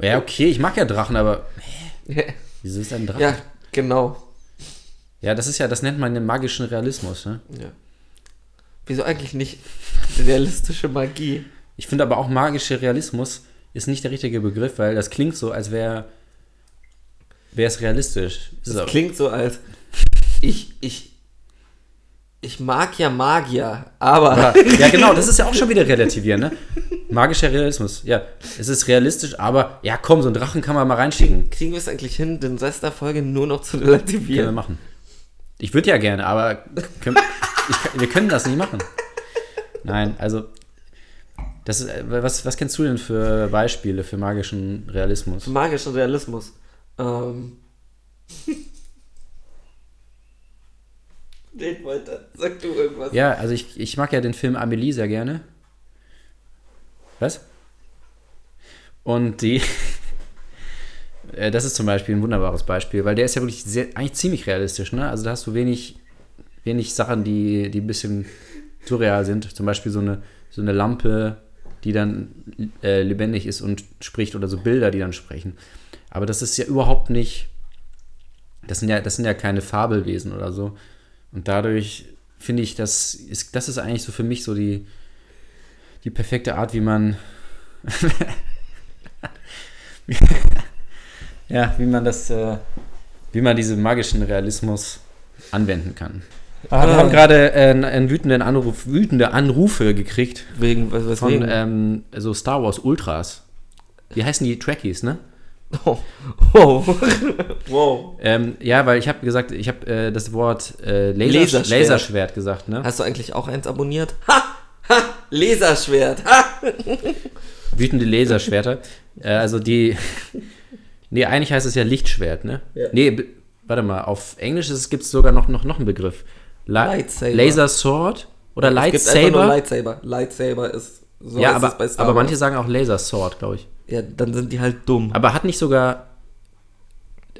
Speaker 3: ja, okay, ich mag ja Drachen, aber wieso ist ein Drachen?
Speaker 2: ja, genau.
Speaker 3: ja, das ist ja, das nennt man den magischen Realismus, ne?
Speaker 2: Ja. Wieso eigentlich nicht realistische Magie?
Speaker 3: Ich finde aber auch magischer Realismus ist nicht der richtige Begriff, weil das klingt so, als wäre wäre es realistisch. Ist
Speaker 2: Das
Speaker 3: aber-
Speaker 2: klingt so als ich, ich, ich mag ja Magier, aber
Speaker 3: ja, genau, das ist ja auch schon wieder relativieren, ne? Magischer Realismus. Ja, es ist realistisch, aber ja, komm, so einen Drachen kann man mal reinschicken.
Speaker 2: kriegen wir es eigentlich hin, den Rest der Folge nur noch zu
Speaker 3: Können wir
Speaker 2: relativieren?
Speaker 3: machen. Ich würde ja gerne, aber können, ich, kann- wir können das nicht machen. Nein, also das ist, äh, was, was kennst du denn für Beispiele für magischen Realismus?
Speaker 2: Magischen Realismus. Ähm. Den wollte, sag du irgendwas.
Speaker 3: Ja, also ich, ich mag ja den Film Amelie sehr gerne. Was? Und die. Äh, das ist zum Beispiel ein wunderbares Beispiel, weil der ist ja wirklich sehr, eigentlich ziemlich realistisch, ne? Also da hast du wenig, wenig Sachen, die, die ein bisschen surreal sind. Zum Beispiel so eine, so eine Lampe, die dann äh, lebendig ist und spricht oder so Bilder, die dann sprechen. Aber das ist ja überhaupt nicht. Das sind ja, das sind ja keine Fabelwesen oder so. Und dadurch finde ich, das ist, das ist eigentlich so für mich so die, die perfekte Art, wie man. ja, wie man das. Äh, wie man diesen magischen Realismus anwenden kann.
Speaker 2: Ah.
Speaker 3: wir
Speaker 2: Ähm,
Speaker 3: haben gerade äh, einen wütenden Anruf, wütende Anrufe gekriegt
Speaker 2: Wegen, was,
Speaker 3: von äh,
Speaker 2: weswegen?
Speaker 3: ähm, so Star Wars Ultras. Wie heißen die Trekkies, ne?
Speaker 2: Oh. Wow. wow.
Speaker 3: Ähm, ja, weil ich habe gesagt, ich habe äh, das Wort äh, Laser
Speaker 2: Laserschwert.
Speaker 3: Laserschwert. gesagt, ne?
Speaker 2: Hast du eigentlich auch eins abonniert? Ha! Ha! Laserschwert! Ha!
Speaker 3: Wütende Laserschwerter. äh, also die. Nee, eigentlich heißt es ja Lichtschwert, ne?
Speaker 2: Ja.
Speaker 3: Nee, b- warte mal, auf Englisch gibt es sogar noch, noch, noch einen Begriff. La
Speaker 2: Lightsaber.
Speaker 3: Laser Sword oder
Speaker 2: Es gibt einfach nur
Speaker 3: Lightsaber.
Speaker 2: Lightsaber. Lightsaber ist so
Speaker 3: ja,
Speaker 2: ist
Speaker 3: aber,
Speaker 2: es bei Star
Speaker 3: aber
Speaker 2: Wars.
Speaker 3: manche sagen auch Laser Sword, glaube ich.
Speaker 2: Ja, dann sind die halt dumm.
Speaker 3: Aber hat nicht sogar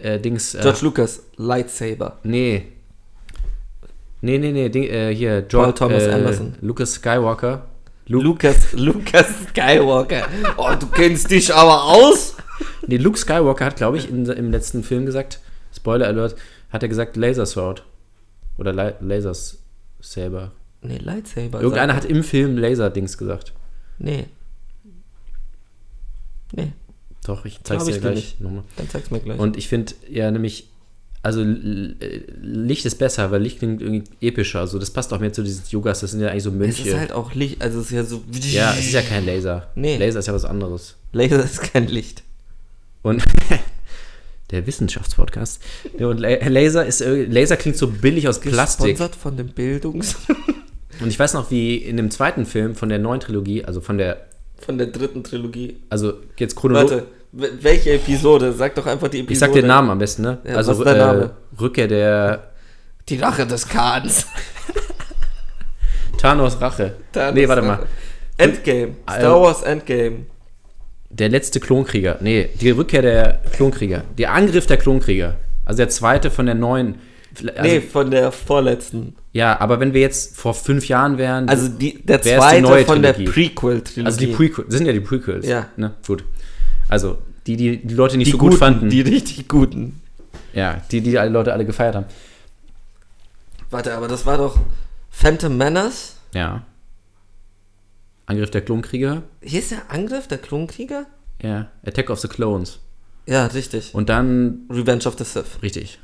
Speaker 3: äh, Dings. Äh,
Speaker 2: George Lucas, Lightsaber.
Speaker 3: nee. Nee, nee, nee, Ding, äh, hier, George
Speaker 2: Thomas
Speaker 3: äh,
Speaker 2: Anderson.
Speaker 3: Lucas Skywalker. Luke,
Speaker 2: Lucas, Lucas Skywalker. Oh, du kennst dich aber aus.
Speaker 3: Nee, Luke Skywalker hat, glaube ich, in, im letzten Film gesagt, Spoiler Alert, hat er gesagt Laser Sword. Oder La Lasersaber.
Speaker 2: Nee, Lightsaber.
Speaker 3: Irgendeiner hat im Film Laser-Dings gesagt.
Speaker 2: sagt- Nee. Nee,
Speaker 3: Doch, ich zeig's
Speaker 2: Glaub ich dir
Speaker 3: dir gleich
Speaker 2: nicht.
Speaker 3: nochmal.
Speaker 2: dann zeig's mir gleich.
Speaker 3: Und ich finde ja nämlich, also L- L- Licht ist besser, weil Licht klingt irgendwie epischer. Also das passt auch mehr zu diesen Yogas, das sind ja eigentlich so
Speaker 2: es
Speaker 3: Mönche.
Speaker 2: ist halt auch Licht, also es ist ja so.
Speaker 3: ja, es ist ja kein Laser.
Speaker 2: Nee.
Speaker 3: Laser ist ja was anderes.
Speaker 2: Laser ist kein Licht.
Speaker 3: Und der Wissenschaftspodcast. Ja, Und La- Laser ist irgendwie- Laser klingt so billig aus Plastik.
Speaker 2: Gesponsert von dem Bildungs.
Speaker 3: Und ich weiß noch, wie in dem zweiten Film von der neuen Trilogie, also von der,
Speaker 2: von der dritten Trilogie.
Speaker 3: also jetzt chronologisch.
Speaker 2: Warte, w- welche Episode? Sag doch einfach die Episode.
Speaker 3: Ich sag den Namen am besten, ne?
Speaker 2: Ja, was
Speaker 3: also
Speaker 2: ist der
Speaker 3: äh,
Speaker 2: Name?
Speaker 3: Rückkehr der
Speaker 2: Die Rache des Kahns.
Speaker 3: Thanos Rache.
Speaker 2: Thanos
Speaker 3: nee, warte
Speaker 2: Rache.
Speaker 3: mal.
Speaker 2: Endgame. Star
Speaker 3: Äh,
Speaker 2: Wars Endgame.
Speaker 3: Der letzte Klonkrieger. Nee, die Rückkehr der Klonkrieger. Der Angriff der Klonkrieger. Also der zweite von der neuen. Also,
Speaker 2: nee, von der vorletzten.
Speaker 3: Ja, aber wenn wir jetzt vor fünf Jahren wären.
Speaker 2: Also die, der
Speaker 3: Wer ist die
Speaker 2: zweite
Speaker 3: neue
Speaker 2: von der
Speaker 3: Trilogie?
Speaker 2: Prequel-Trilogie.
Speaker 3: also die Prequels. Das sind ja die Prequels.
Speaker 2: Ja.
Speaker 3: Ne? Gut. Also, die, die, die Leute nicht
Speaker 2: Die
Speaker 3: so
Speaker 2: guten,
Speaker 3: gut fanden.
Speaker 2: Die richtig guten.
Speaker 3: ja, die, die alle Leute alle gefeiert haben.
Speaker 2: Warte, aber das war doch Phantom Menace.
Speaker 3: Ja. Angriff der Klonkrieger.
Speaker 2: Hier ist der Angriff der Klonkrieger?
Speaker 3: Ja. Attack of the Clones.
Speaker 2: Ja, richtig.
Speaker 3: Und dann,
Speaker 2: Revenge of the Sith.
Speaker 3: richtig.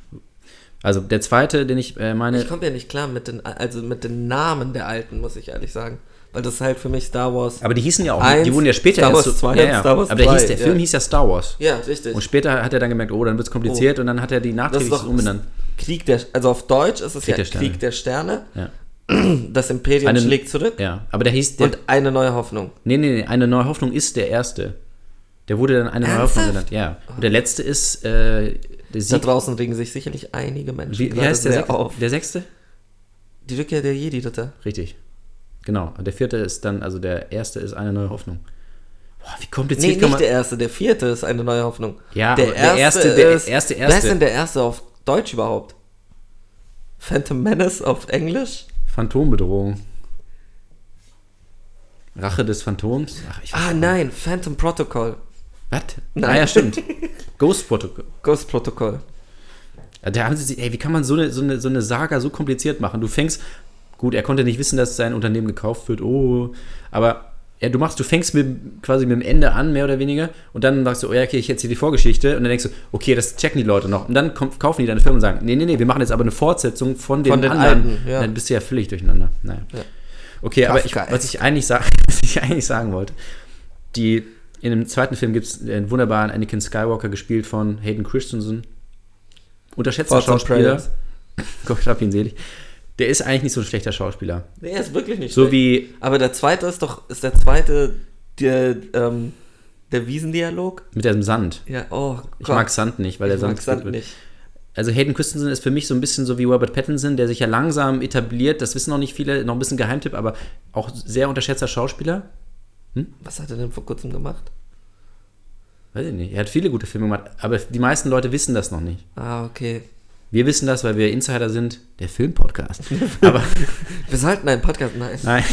Speaker 3: Also der zweite, den ich äh, meine,
Speaker 2: Ich komme ja nicht klar mit den, also mit den Namen der alten, muss ich ehrlich sagen. Weil das ist halt für mich Star Wars.
Speaker 3: aber die hießen ja auch,
Speaker 2: Eins,
Speaker 3: die wurden ja später
Speaker 2: Star Wars
Speaker 3: erst so,
Speaker 2: 2,
Speaker 3: ja, ja.
Speaker 2: Star Wars
Speaker 3: aber der, hieß,
Speaker 2: 3,
Speaker 3: der Film
Speaker 2: ja.
Speaker 3: hieß ja Star Wars.
Speaker 2: ja, richtig.
Speaker 3: Und später hat er dann gemerkt, oh, dann wird's kompliziert und dann hat er die
Speaker 2: das ist
Speaker 3: nachträglich
Speaker 2: doch
Speaker 3: umbenannt.
Speaker 2: Krieg der, also auf Deutsch ist es
Speaker 3: Krieg
Speaker 2: ja
Speaker 3: der Sterne.
Speaker 2: Krieg der Sterne.
Speaker 3: Ja.
Speaker 2: Das Imperium
Speaker 3: Eine-
Speaker 2: schlägt zurück.
Speaker 3: Ja, aber der hieß, der,
Speaker 2: Und eine neue Hoffnung.
Speaker 3: nee, nee, nee, eine neue Hoffnung ist der erste. Der wurde dann eine neue Hoffnung
Speaker 2: Ernsthaft?
Speaker 3: genannt, ja. Und der letzte ist, äh, der
Speaker 2: Da
Speaker 3: Sieg,
Speaker 2: draußen regen sich sicherlich einige Menschen
Speaker 3: wie, wie
Speaker 2: gerade
Speaker 3: heißt der,
Speaker 2: sehr
Speaker 3: sechste,
Speaker 2: auf.
Speaker 3: der sechste?
Speaker 2: Die Rückkehr der Jedi-Ritter.
Speaker 3: Richtig. Genau. Und der vierte ist dann, also der erste ist eine neue Hoffnung. Boah, wie kompliziert
Speaker 2: Nee,
Speaker 3: kann
Speaker 2: nicht
Speaker 3: man.
Speaker 2: der erste, der vierte ist eine neue Hoffnung.
Speaker 3: Ja, aber der erste, der erste, erste.
Speaker 2: Wer ist denn der erste auf Deutsch überhaupt? Phantom Menace auf Englisch?
Speaker 3: Phantombedrohung. Rache des Phantoms? Ach, ich weiß
Speaker 2: Ah,
Speaker 3: nicht.
Speaker 2: nein, Phantom Protocol.
Speaker 3: Was?
Speaker 2: Nein.
Speaker 3: Ah, ja, stimmt. Ghost Protocol.
Speaker 2: Ghost Protocol.
Speaker 3: Ja, Da haben sie sich, ey, wie kann man so eine, so, eine, so eine Saga so kompliziert machen? Du fängst, gut, er konnte nicht wissen, dass sein Unternehmen gekauft wird, oh, aber ja, du machst, du fängst mit, quasi mit dem Ende an, mehr oder weniger, und dann sagst du, oh ja, okay, ich erzähle die Vorgeschichte, und dann denkst du, okay, das checken die Leute noch, und dann kommt, kaufen die deine Firma und sagen, nee, nee, nee, wir machen jetzt aber eine Fortsetzung von den,
Speaker 2: Von den
Speaker 3: anderen,
Speaker 2: alten, ja.
Speaker 3: dann bist du ja völlig durcheinander. Naja. Okay, aber ich,
Speaker 2: Kafka
Speaker 3: was, ich eigentlich sag, was ich eigentlich sagen wollte, die, in dem zweiten Film gibt es einen wunderbaren Anakin Skywalker, gespielt von Hayden Christensen, unterschätzter
Speaker 2: Thoughts and
Speaker 3: Schauspieler.
Speaker 2: prayers.
Speaker 3: Gott hab ihn selig. Der ist eigentlich nicht so ein schlechter Schauspieler.
Speaker 2: Nee, er ist wirklich nicht
Speaker 3: So
Speaker 2: schlecht.
Speaker 3: wie
Speaker 2: Aber der zweite ist doch, ist der zweite der, ähm, der Wiesendialog?
Speaker 3: mit dem Sand.
Speaker 2: Ja, oh Gott.
Speaker 3: Ich mag Sand nicht, weil der
Speaker 2: Ich
Speaker 3: Sand,
Speaker 2: mag Sand
Speaker 3: gut wird.
Speaker 2: nicht.
Speaker 3: Also Hayden Christensen ist für mich so ein bisschen so wie Robert Pattinson, der sich ja langsam etabliert. Das wissen noch nicht viele, noch ein bisschen Geheimtipp, aber auch sehr unterschätzter Schauspieler.
Speaker 2: Was hat er denn vor kurzem gemacht?
Speaker 3: Weiß ich nicht. Er hat viele gute Filme gemacht, aber die meisten Leute wissen das noch nicht.
Speaker 2: Ah, okay.
Speaker 3: Wir wissen das, weil wir Insider sind, der Filmpodcast. aber
Speaker 2: Wir sollten einen Podcast, nice.
Speaker 3: nein,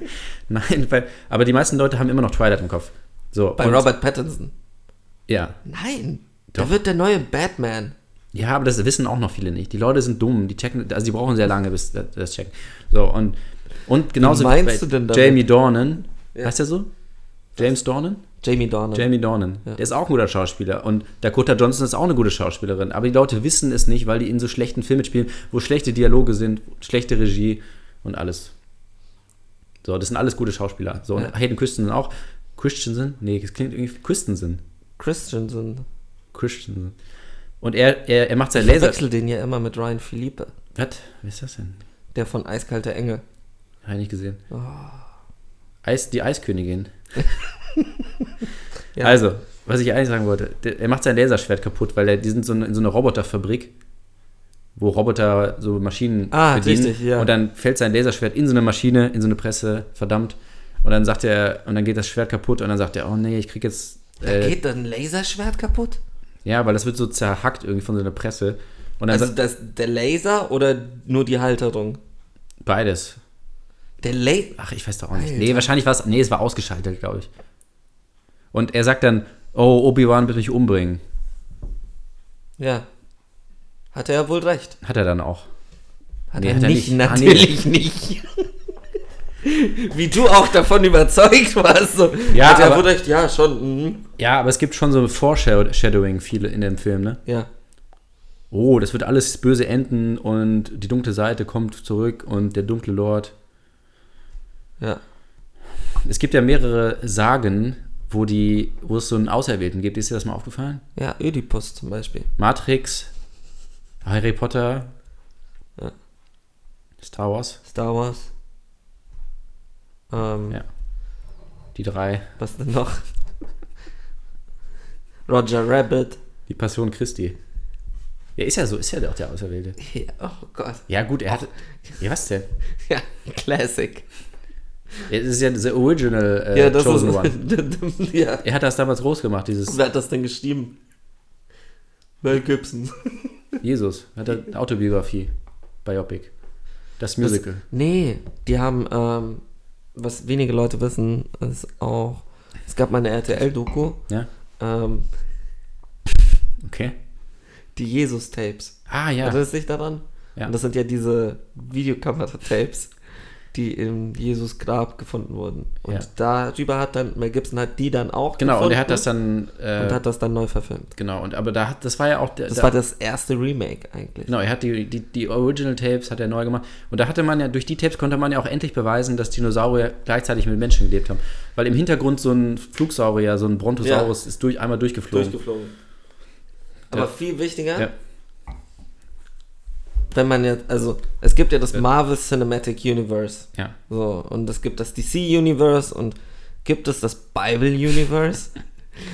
Speaker 3: nein, weil, aber die meisten Leute haben immer noch Twilight im Kopf. So
Speaker 2: Bei
Speaker 3: und-
Speaker 2: Robert Pattinson.
Speaker 3: Ja,
Speaker 2: Nein.
Speaker 3: Doch.
Speaker 2: Da wird der neue Batman.
Speaker 3: Ja, aber das wissen auch noch viele nicht. Die Leute sind dumm, die checken, also die brauchen sehr lange, bis das, das checken. So, und, und genauso
Speaker 2: Wie meinst du denn damit?
Speaker 3: Jamie Dornan,
Speaker 2: Ja.
Speaker 3: heißt der so? James Dornan?
Speaker 2: Jamie Dornan.
Speaker 3: Jamie Dornan. Der ist auch ein guter Schauspieler. Und Dakota Johnson ist auch eine gute Schauspielerin. Aber die Leute wissen es nicht, weil die in so schlechten Filmen spielen, wo schlechte Dialoge sind, schlechte Regie und alles. So, das sind alles gute Schauspieler. So, und
Speaker 2: Ja.
Speaker 3: Hayden Christensen auch. Christensen? Nee, das klingt irgendwie Christensen.
Speaker 2: Christensen.
Speaker 3: Christensen. Und er, er, er macht sein
Speaker 2: Ich
Speaker 3: Laser.
Speaker 2: wechsel den ja immer mit Ryan Philippe,
Speaker 3: Was? Wer ist das denn?
Speaker 2: der von Eiskalte Engel.
Speaker 3: Habe ich nicht gesehen.
Speaker 2: Oh.
Speaker 3: Eis, die Eiskönigin.
Speaker 2: Ja.
Speaker 3: Also, was ich eigentlich sagen wollte, der, er macht sein Laserschwert kaputt, weil er, die sind so in so einer Roboterfabrik, wo Roboter so Maschinen
Speaker 2: Ah, richtig, ja.
Speaker 3: Und dann fällt sein Laserschwert in so eine Maschine, in so eine Presse, verdammt. Und dann sagt er, und dann geht das Schwert kaputt und dann sagt er, oh nee, ich krieg jetzt. Äh,
Speaker 2: Geht dann ein Laserschwert kaputt?
Speaker 3: ja, weil das wird so zerhackt irgendwie von so einer Presse. Und dann
Speaker 2: Also
Speaker 3: sagt,
Speaker 2: das, der Laser oder nur die Halterung?
Speaker 3: beides.
Speaker 2: Der Laser.
Speaker 3: Ach, ich weiß doch auch nicht.
Speaker 2: Alter.
Speaker 3: Nee, wahrscheinlich war es. Nee, es war ausgeschaltet, glaube ich. Und er sagt dann, oh, Obi-Wan wird mich umbringen.
Speaker 2: Ja. Hat er ja wohl recht.
Speaker 3: Hat er dann auch.
Speaker 2: Hat
Speaker 3: Nee,
Speaker 2: er
Speaker 3: hat er
Speaker 2: nicht,
Speaker 3: nicht. Ah, nee.
Speaker 2: natürlich nicht. Wie du auch davon überzeugt warst. So.
Speaker 3: Ja,
Speaker 2: Hat er
Speaker 3: aber-
Speaker 2: wohl recht, ja, schon. Mhm.
Speaker 3: Ja, aber es gibt schon so Foreshadowing viele in dem Film, ne?
Speaker 2: Ja.
Speaker 3: Oh, das wird alles böse enden und die dunkle Seite kommt zurück und der dunkle Lord.
Speaker 2: Ja.
Speaker 3: Es gibt ja mehrere Sagen, wo die, wo es so einen Auserwählten gibt. Ist dir das mal aufgefallen?
Speaker 2: Ja, Ödipus zum Beispiel.
Speaker 3: Matrix, Harry Potter,
Speaker 2: Ja.
Speaker 3: Star Wars,
Speaker 2: Star Wars. Ähm,
Speaker 3: Ja. die drei,
Speaker 2: Was denn noch? Roger Rabbit.
Speaker 3: die Passion Christi. Ja, ist ja so, ist ja auch der Auserwählte.
Speaker 2: Ja, oh Gott.
Speaker 3: Ja, gut, er hat. Ja, was denn?
Speaker 2: Ja, Classic.
Speaker 3: Es ist ja the original äh,
Speaker 2: ja, das
Speaker 3: Chosen
Speaker 2: ist.
Speaker 3: One.
Speaker 2: ja.
Speaker 3: Er hat das damals groß gemacht, dieses
Speaker 2: Wer hat das denn geschrieben? Mel Gibson.
Speaker 3: Jesus. Hat er eine Autobiografie. Biopic. Das Musical.
Speaker 2: Nee, die haben, ähm, was wenige Leute wissen, ist auch, es gab mal eine RTL-Doku,
Speaker 3: ja?
Speaker 2: ähm,
Speaker 3: Okay.
Speaker 2: die Jesus-Tapes.
Speaker 3: Ah, ja.
Speaker 2: Erinnerst du dich daran?
Speaker 3: Ja.
Speaker 2: Und das sind ja diese Videokamera-Tapes, die im Jesus-Grab gefunden wurden. Und
Speaker 3: Ja.
Speaker 2: darüber hat dann, Mel Gibson hat die dann auch
Speaker 3: genau, und
Speaker 2: gefunden
Speaker 3: er hat das dann. Äh,
Speaker 2: und hat das dann neu verfilmt.
Speaker 3: genau, und aber da hat, das war ja auch der.
Speaker 2: Das
Speaker 3: da,
Speaker 2: war das erste Remake eigentlich.
Speaker 3: Genau, er hat die, die, die Original Tapes, hat er neu gemacht. Und da hatte man ja, durch die Tapes konnte man ja auch endlich beweisen, dass Dinosaurier gleichzeitig mit Menschen gelebt haben. Weil im Hintergrund so ein Flugsaurier, so ein Brontosaurus, ist durch, einmal durchgeflogen.
Speaker 2: Genau. Durchgeflogen. Aber
Speaker 3: Ja.
Speaker 2: viel wichtiger,
Speaker 3: Ja.
Speaker 2: wenn man jetzt, also es gibt ja das Marvel Cinematic Universe.
Speaker 3: ja.
Speaker 2: So, und es gibt das DC Universe und gibt es das Bible Universe?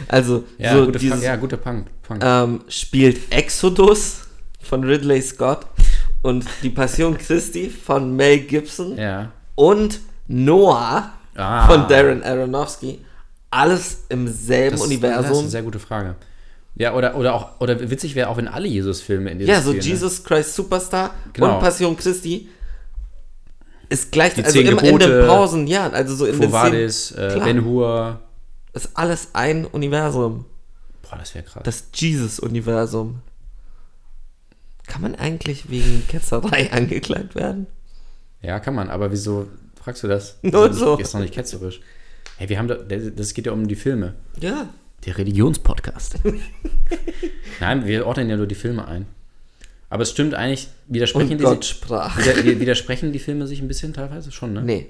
Speaker 2: also,
Speaker 3: Ja,
Speaker 2: so
Speaker 3: gute
Speaker 2: dieses,
Speaker 3: Punk, ja, guter Punk. Punk.
Speaker 2: ähm, spielt Exodus von Ridley Scott und die Passion Christi von Mel Gibson
Speaker 3: ja.
Speaker 2: und Noah
Speaker 3: Ah.
Speaker 2: von Darren Aronofsky. Alles im selben
Speaker 3: Das- Das ist
Speaker 2: Universum.
Speaker 3: eine sehr gute Frage. Ja, oder, oder auch, oder witzig wäre auch, wenn alle Jesus-Filme in diesem
Speaker 2: Ja, so
Speaker 3: Stil, ne?
Speaker 2: Jesus Christ Superstar
Speaker 3: Genau.
Speaker 2: und Passion Christi ist gleich,
Speaker 3: Die
Speaker 2: also
Speaker 3: Zehn
Speaker 2: immer in den
Speaker 3: Gebote,
Speaker 2: Pausen, ja, also so in
Speaker 3: Quo
Speaker 2: den Szenen
Speaker 3: Vadis, äh,
Speaker 2: Klar.
Speaker 3: Ben Hur.
Speaker 2: ist alles ein Universum.
Speaker 3: Boah, das wäre krass.
Speaker 2: Das Jesus-Universum. Kann man eigentlich wegen Ketzerei angeklagt werden?
Speaker 3: ja, kann man, aber wieso fragst du das?
Speaker 2: Nur
Speaker 3: ist
Speaker 2: so.
Speaker 3: Doch nicht, ist doch nicht ketzerisch. Hey, wir haben da, das geht ja um die Filme.
Speaker 2: Ja.
Speaker 3: Der Religionspodcast. Nein, wir ordnen ja nur die Filme ein. Aber es stimmt eigentlich, widersprechen,
Speaker 2: Und
Speaker 3: die,
Speaker 2: Gott
Speaker 3: sich-
Speaker 2: sprach.
Speaker 3: wider, widersprechen die Filme sich ein bisschen teilweise schon, ne?
Speaker 2: Nee.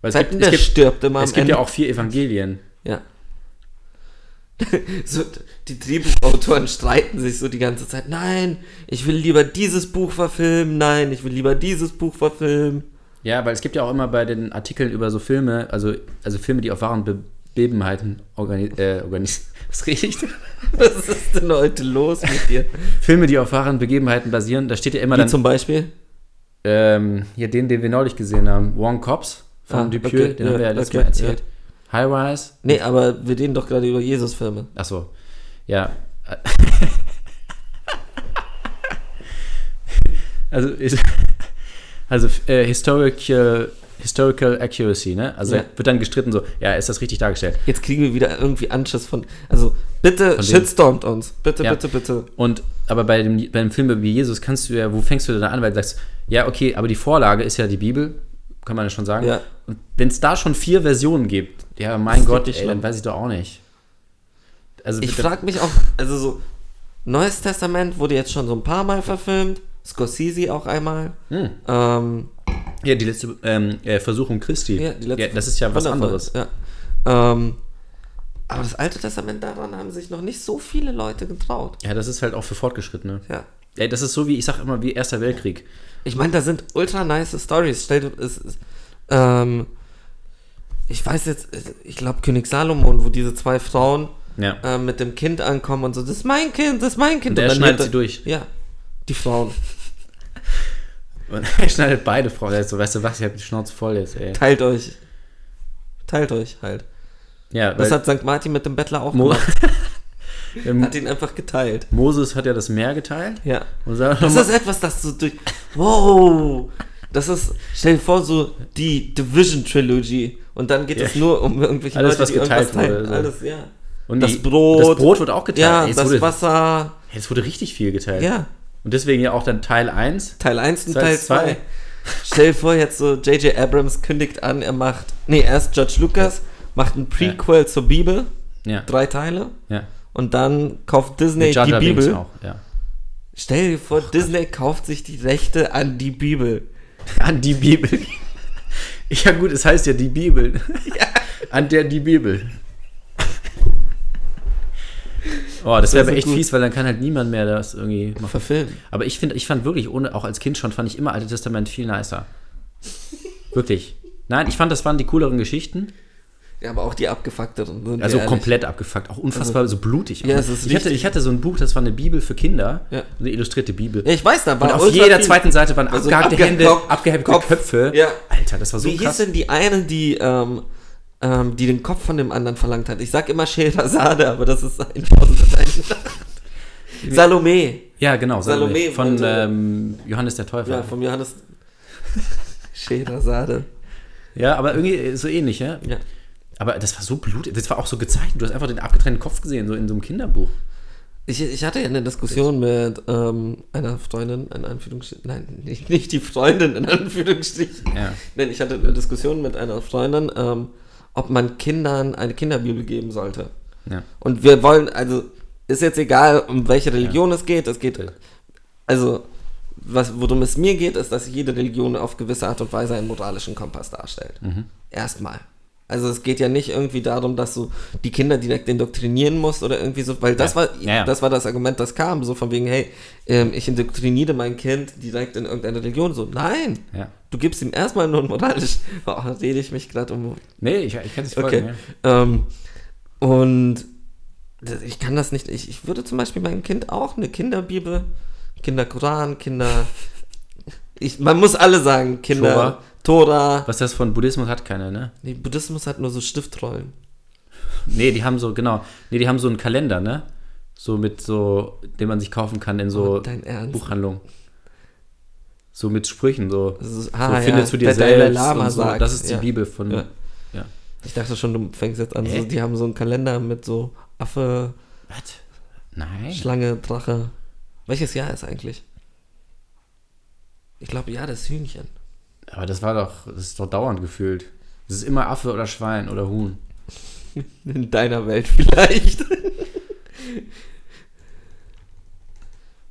Speaker 3: Weil es gibt,
Speaker 2: Seiten, der
Speaker 3: es gibt,
Speaker 2: stirbt immer
Speaker 3: es
Speaker 2: am
Speaker 3: gibt
Speaker 2: Ende.
Speaker 3: ja auch vier Evangelien.
Speaker 2: Ja. so, die Drehbuchautoren streiten sich so die ganze Zeit. Nein, ich will lieber dieses Buch verfilmen. Nein, ich will lieber dieses Buch verfilmen.
Speaker 3: Ja, weil es gibt ja auch immer bei den Artikeln über so Filme, also, also Filme, die auf wahren Be Bebenheiten organisiert. Äh, organis Was rede ich da?
Speaker 2: Was ist denn heute los mit dir?
Speaker 3: Filme, die auf wahren Begebenheiten basieren, da steht ja immer
Speaker 2: Wie
Speaker 3: dann.
Speaker 2: zum Beispiel?
Speaker 3: Ähm, hier den, den wir neulich gesehen haben. Wong Cops von
Speaker 2: Ah,
Speaker 3: Dupieux,
Speaker 2: okay,
Speaker 3: den
Speaker 2: ja,
Speaker 3: haben wir ja letztes
Speaker 2: okay,
Speaker 3: Mal erzählt. High Rise.
Speaker 2: Nee, aber wir reden doch gerade über Jesus-Filme.
Speaker 3: Achso. Ja. also, ist, also äh, historical, historical Accuracy, ne? Also
Speaker 2: Ja.
Speaker 3: wird dann gestritten so, ja, ist das richtig dargestellt?
Speaker 2: Jetzt kriegen wir wieder irgendwie Anschiss von. Also, bitte
Speaker 3: Von wem?
Speaker 2: shitstormt uns. Bitte,
Speaker 3: Ja.
Speaker 2: bitte, bitte.
Speaker 3: Und aber bei dem, bei dem Film über Jesus kannst du ja, wo fängst du denn da an, weil du sagst, ja, okay, aber die Vorlage ist ja die Bibel, kann man ja schon sagen.
Speaker 2: Ja.
Speaker 3: Und wenn es da schon vier Versionen gibt, ja, mein
Speaker 2: ist
Speaker 3: Gott,
Speaker 2: wirklich
Speaker 3: ey,
Speaker 2: schlimm.
Speaker 3: dann weiß ich doch auch nicht. Also
Speaker 2: Ich
Speaker 3: bitte-
Speaker 2: frage mich auch, also so, Neues Testament wurde jetzt schon so ein paar Mal verfilmt. Scorsese auch einmal.
Speaker 3: Hm.
Speaker 2: Ähm,
Speaker 3: ja, die letzte ähm, äh, Versuchung Christi.
Speaker 2: ja, die letzte
Speaker 3: das ist ja was
Speaker 2: Wundervoll,
Speaker 3: anderes.
Speaker 2: Ja. Ähm, Aber das Alte Testament, daran haben sich noch nicht so viele Leute getraut.
Speaker 3: Ja, das ist halt auch für Fortgeschrittene.
Speaker 2: Ja.
Speaker 3: Ey, das ist so wie, ich sag immer, wie Erster Weltkrieg.
Speaker 2: Ich meine, da sind ultra nice Stories. Stell dir, es, es, ähm, ich weiß jetzt, ich glaube König Salomon, wo diese zwei Frauen
Speaker 3: Ja.
Speaker 2: äh, mit dem Kind ankommen und so, das ist mein Kind, das ist mein Kind.
Speaker 3: Und der
Speaker 2: dann
Speaker 3: schneidet
Speaker 2: wird-
Speaker 3: sie durch.
Speaker 2: Ja, die Frauen.
Speaker 3: Und er schneidet beide Frauen. Er ist so, weißt du was, ich hab die Schnauze voll jetzt, ey.
Speaker 2: Teilt euch. Teilt euch halt.
Speaker 3: Ja,
Speaker 2: Das
Speaker 3: weil
Speaker 2: hat St. Martin mit dem Bettler auch
Speaker 3: Mo
Speaker 2: gemacht.
Speaker 3: ähm,
Speaker 2: Hat ihn einfach geteilt.
Speaker 3: Moses hat ja das Meer geteilt.
Speaker 2: Ja.
Speaker 3: Und sagt
Speaker 2: Das
Speaker 3: nochmal-
Speaker 2: ist etwas, das du durch. Wow! Das ist, stell dir vor, so die Division Trilogy. Und dann geht
Speaker 3: Ja.
Speaker 2: es nur um irgendwelche
Speaker 3: Alles,
Speaker 2: Leute,
Speaker 3: was
Speaker 2: die irgendwas
Speaker 3: geteilt wurde,
Speaker 2: teilen.
Speaker 3: so.
Speaker 2: Alles, ja.
Speaker 3: und
Speaker 2: das
Speaker 3: die-
Speaker 2: Brot.
Speaker 3: Das Brot wurde auch geteilt.
Speaker 2: Ja,
Speaker 3: Ey, es,
Speaker 2: das
Speaker 3: wurde,
Speaker 2: Wasser.
Speaker 3: ey, es wurde richtig viel geteilt.
Speaker 2: Ja.
Speaker 3: Und deswegen ja auch dann Teil 1.
Speaker 2: Teil 1 und
Speaker 3: Teil
Speaker 2: Teil 2.
Speaker 3: zwei.
Speaker 2: Stell dir vor, jetzt so J.J. Abrams kündigt an, er macht. Nee, erst George Lucas, macht ein Prequel zur Bibel.
Speaker 3: Ja.
Speaker 2: Drei Teile.
Speaker 3: ja.
Speaker 2: Und dann kauft Disney
Speaker 3: Mit Jar Jar
Speaker 2: die
Speaker 3: Binks
Speaker 2: Bibel.
Speaker 3: Auch, ja.
Speaker 2: Stell dir vor, Disney kauft sich die Rechte an die Bibel.
Speaker 3: An die Bibel. Ja gut, es heißt ja die Bibel. An der die Bibel. Oh, das wäre
Speaker 2: wär
Speaker 3: aber
Speaker 2: so
Speaker 3: echt
Speaker 2: gut.
Speaker 3: fies, weil dann kann halt niemand mehr das irgendwie machen.
Speaker 2: Verfilmen.
Speaker 3: Aber ich finde, ich fand wirklich, ohne, auch als Kind schon, fand ich immer Alte Testament viel nicer. Wirklich. Nein, ich fand, das waren die cooleren Geschichten.
Speaker 2: Ja, aber auch die abgefuckteren. Sind wir
Speaker 3: Also
Speaker 2: ehrlich. Also,
Speaker 3: komplett abgefuckt. Auch unfassbar so blutig.
Speaker 2: Ja, es ist
Speaker 3: ich, hatte,
Speaker 2: richtig-
Speaker 3: ich hatte so ein Buch, das war eine Bibel für Kinder.
Speaker 2: Ja.
Speaker 3: Eine illustrierte Bibel.
Speaker 2: Ja, ich weiß, da war
Speaker 3: Und auf
Speaker 2: ultra
Speaker 3: jeder
Speaker 2: viel-
Speaker 3: zweiten Seite waren
Speaker 2: Also
Speaker 3: abgehackte
Speaker 2: abgehackt-
Speaker 3: Hände,
Speaker 2: Kopf-
Speaker 3: abgehackte
Speaker 2: Kopf.
Speaker 3: Köpfe.
Speaker 2: Ja.
Speaker 3: Alter, das war so
Speaker 2: Wie hieß
Speaker 3: krass.
Speaker 2: denn die eine, die, ähm, ähm, die den Kopf von dem anderen verlangt hat? Ich sag immer Scheherazade, aber das ist ein Salome.
Speaker 3: Ja, genau.
Speaker 2: Salome
Speaker 3: Salome. Von
Speaker 2: wollte-
Speaker 3: ähm, Johannes der Täufer.
Speaker 2: Ja,
Speaker 3: Ja,
Speaker 2: vom Johannes. Scheherazade.
Speaker 3: aber irgendwie so ähnlich, ja?
Speaker 2: Ja.
Speaker 3: Aber das war so blutig. Das war auch so gezeichnet. Du hast einfach den abgetrennten Kopf gesehen, so in so einem Kinderbuch.
Speaker 2: Ich, ich hatte ja eine Diskussion mit ähm, einer Freundin, in Anführungsstrichen. Nein, nicht, nicht die Freundin, in Anführungsstrichen.
Speaker 3: Ja.
Speaker 2: Denn ich hatte eine Diskussion mit einer Freundin, ähm, ob man Kindern eine Kinderbibel geben sollte.
Speaker 3: ja.
Speaker 2: Und wir wollen, also ist jetzt egal, um welche Religion es geht. Es geht, also was, worum es mir geht, ist, dass jede Religion auf gewisse Art und Weise einen moralischen Kompass darstellt.
Speaker 3: Mhm.
Speaker 2: Erstmal. Also es geht ja nicht irgendwie darum, dass du die Kinder direkt indoktrinieren musst oder irgendwie so, weil das
Speaker 3: Ja.
Speaker 2: war
Speaker 3: Ja, ja.
Speaker 2: das war das Argument, das kam, so von wegen, hey, ähm, ich indoktriniere mein Kind direkt in irgendeine Religion. So, nein.
Speaker 3: Ja.
Speaker 2: Du gibst ihm erstmal nur einen moralisch. Oh, rede ich mich gerade um
Speaker 3: Nee, ich, ich kann es folgen.
Speaker 2: Okay.
Speaker 3: Ja.
Speaker 2: Ähm, und das- ich kann das nicht. Ich, ich würde zum Beispiel meinem Kind auch eine Kinderbibel, Kinderkoran, Kinder. Ich, man muss alle sagen, Kinder. Tora.
Speaker 3: Was das von Buddhismus hat, keine, ne?
Speaker 2: Nee, Buddhismus hat nur so Stiftrollen.
Speaker 3: Nee, die haben so, genau. Nee, die haben so einen Kalender, ne? So mit so, den man sich kaufen kann in so
Speaker 2: Oh, dein Ernst?
Speaker 3: Buchhandlungen. So mit Sprüchen, so.
Speaker 2: Das ist-
Speaker 3: so
Speaker 2: ah,
Speaker 3: finde
Speaker 2: ja,
Speaker 3: zu dir
Speaker 2: der Dalai
Speaker 3: selbst.
Speaker 2: Lama
Speaker 3: und so.
Speaker 2: sagt,
Speaker 3: Das ist die
Speaker 2: ja.
Speaker 3: Bibel von.
Speaker 2: Ja.
Speaker 3: Ja.
Speaker 2: Ich dachte schon, du fängst jetzt an. So,
Speaker 3: Hä?
Speaker 2: die haben so einen Kalender mit so Affe,
Speaker 3: Was? Nein.
Speaker 2: Schlange, Drache. Welches Jahr ist eigentlich? Ich glaube, ja, das Hühnchen.
Speaker 3: Aber das war doch, das ist doch dauernd gefühlt. Es ist immer Affe oder Schwein oder Huhn.
Speaker 2: In deiner Welt vielleicht.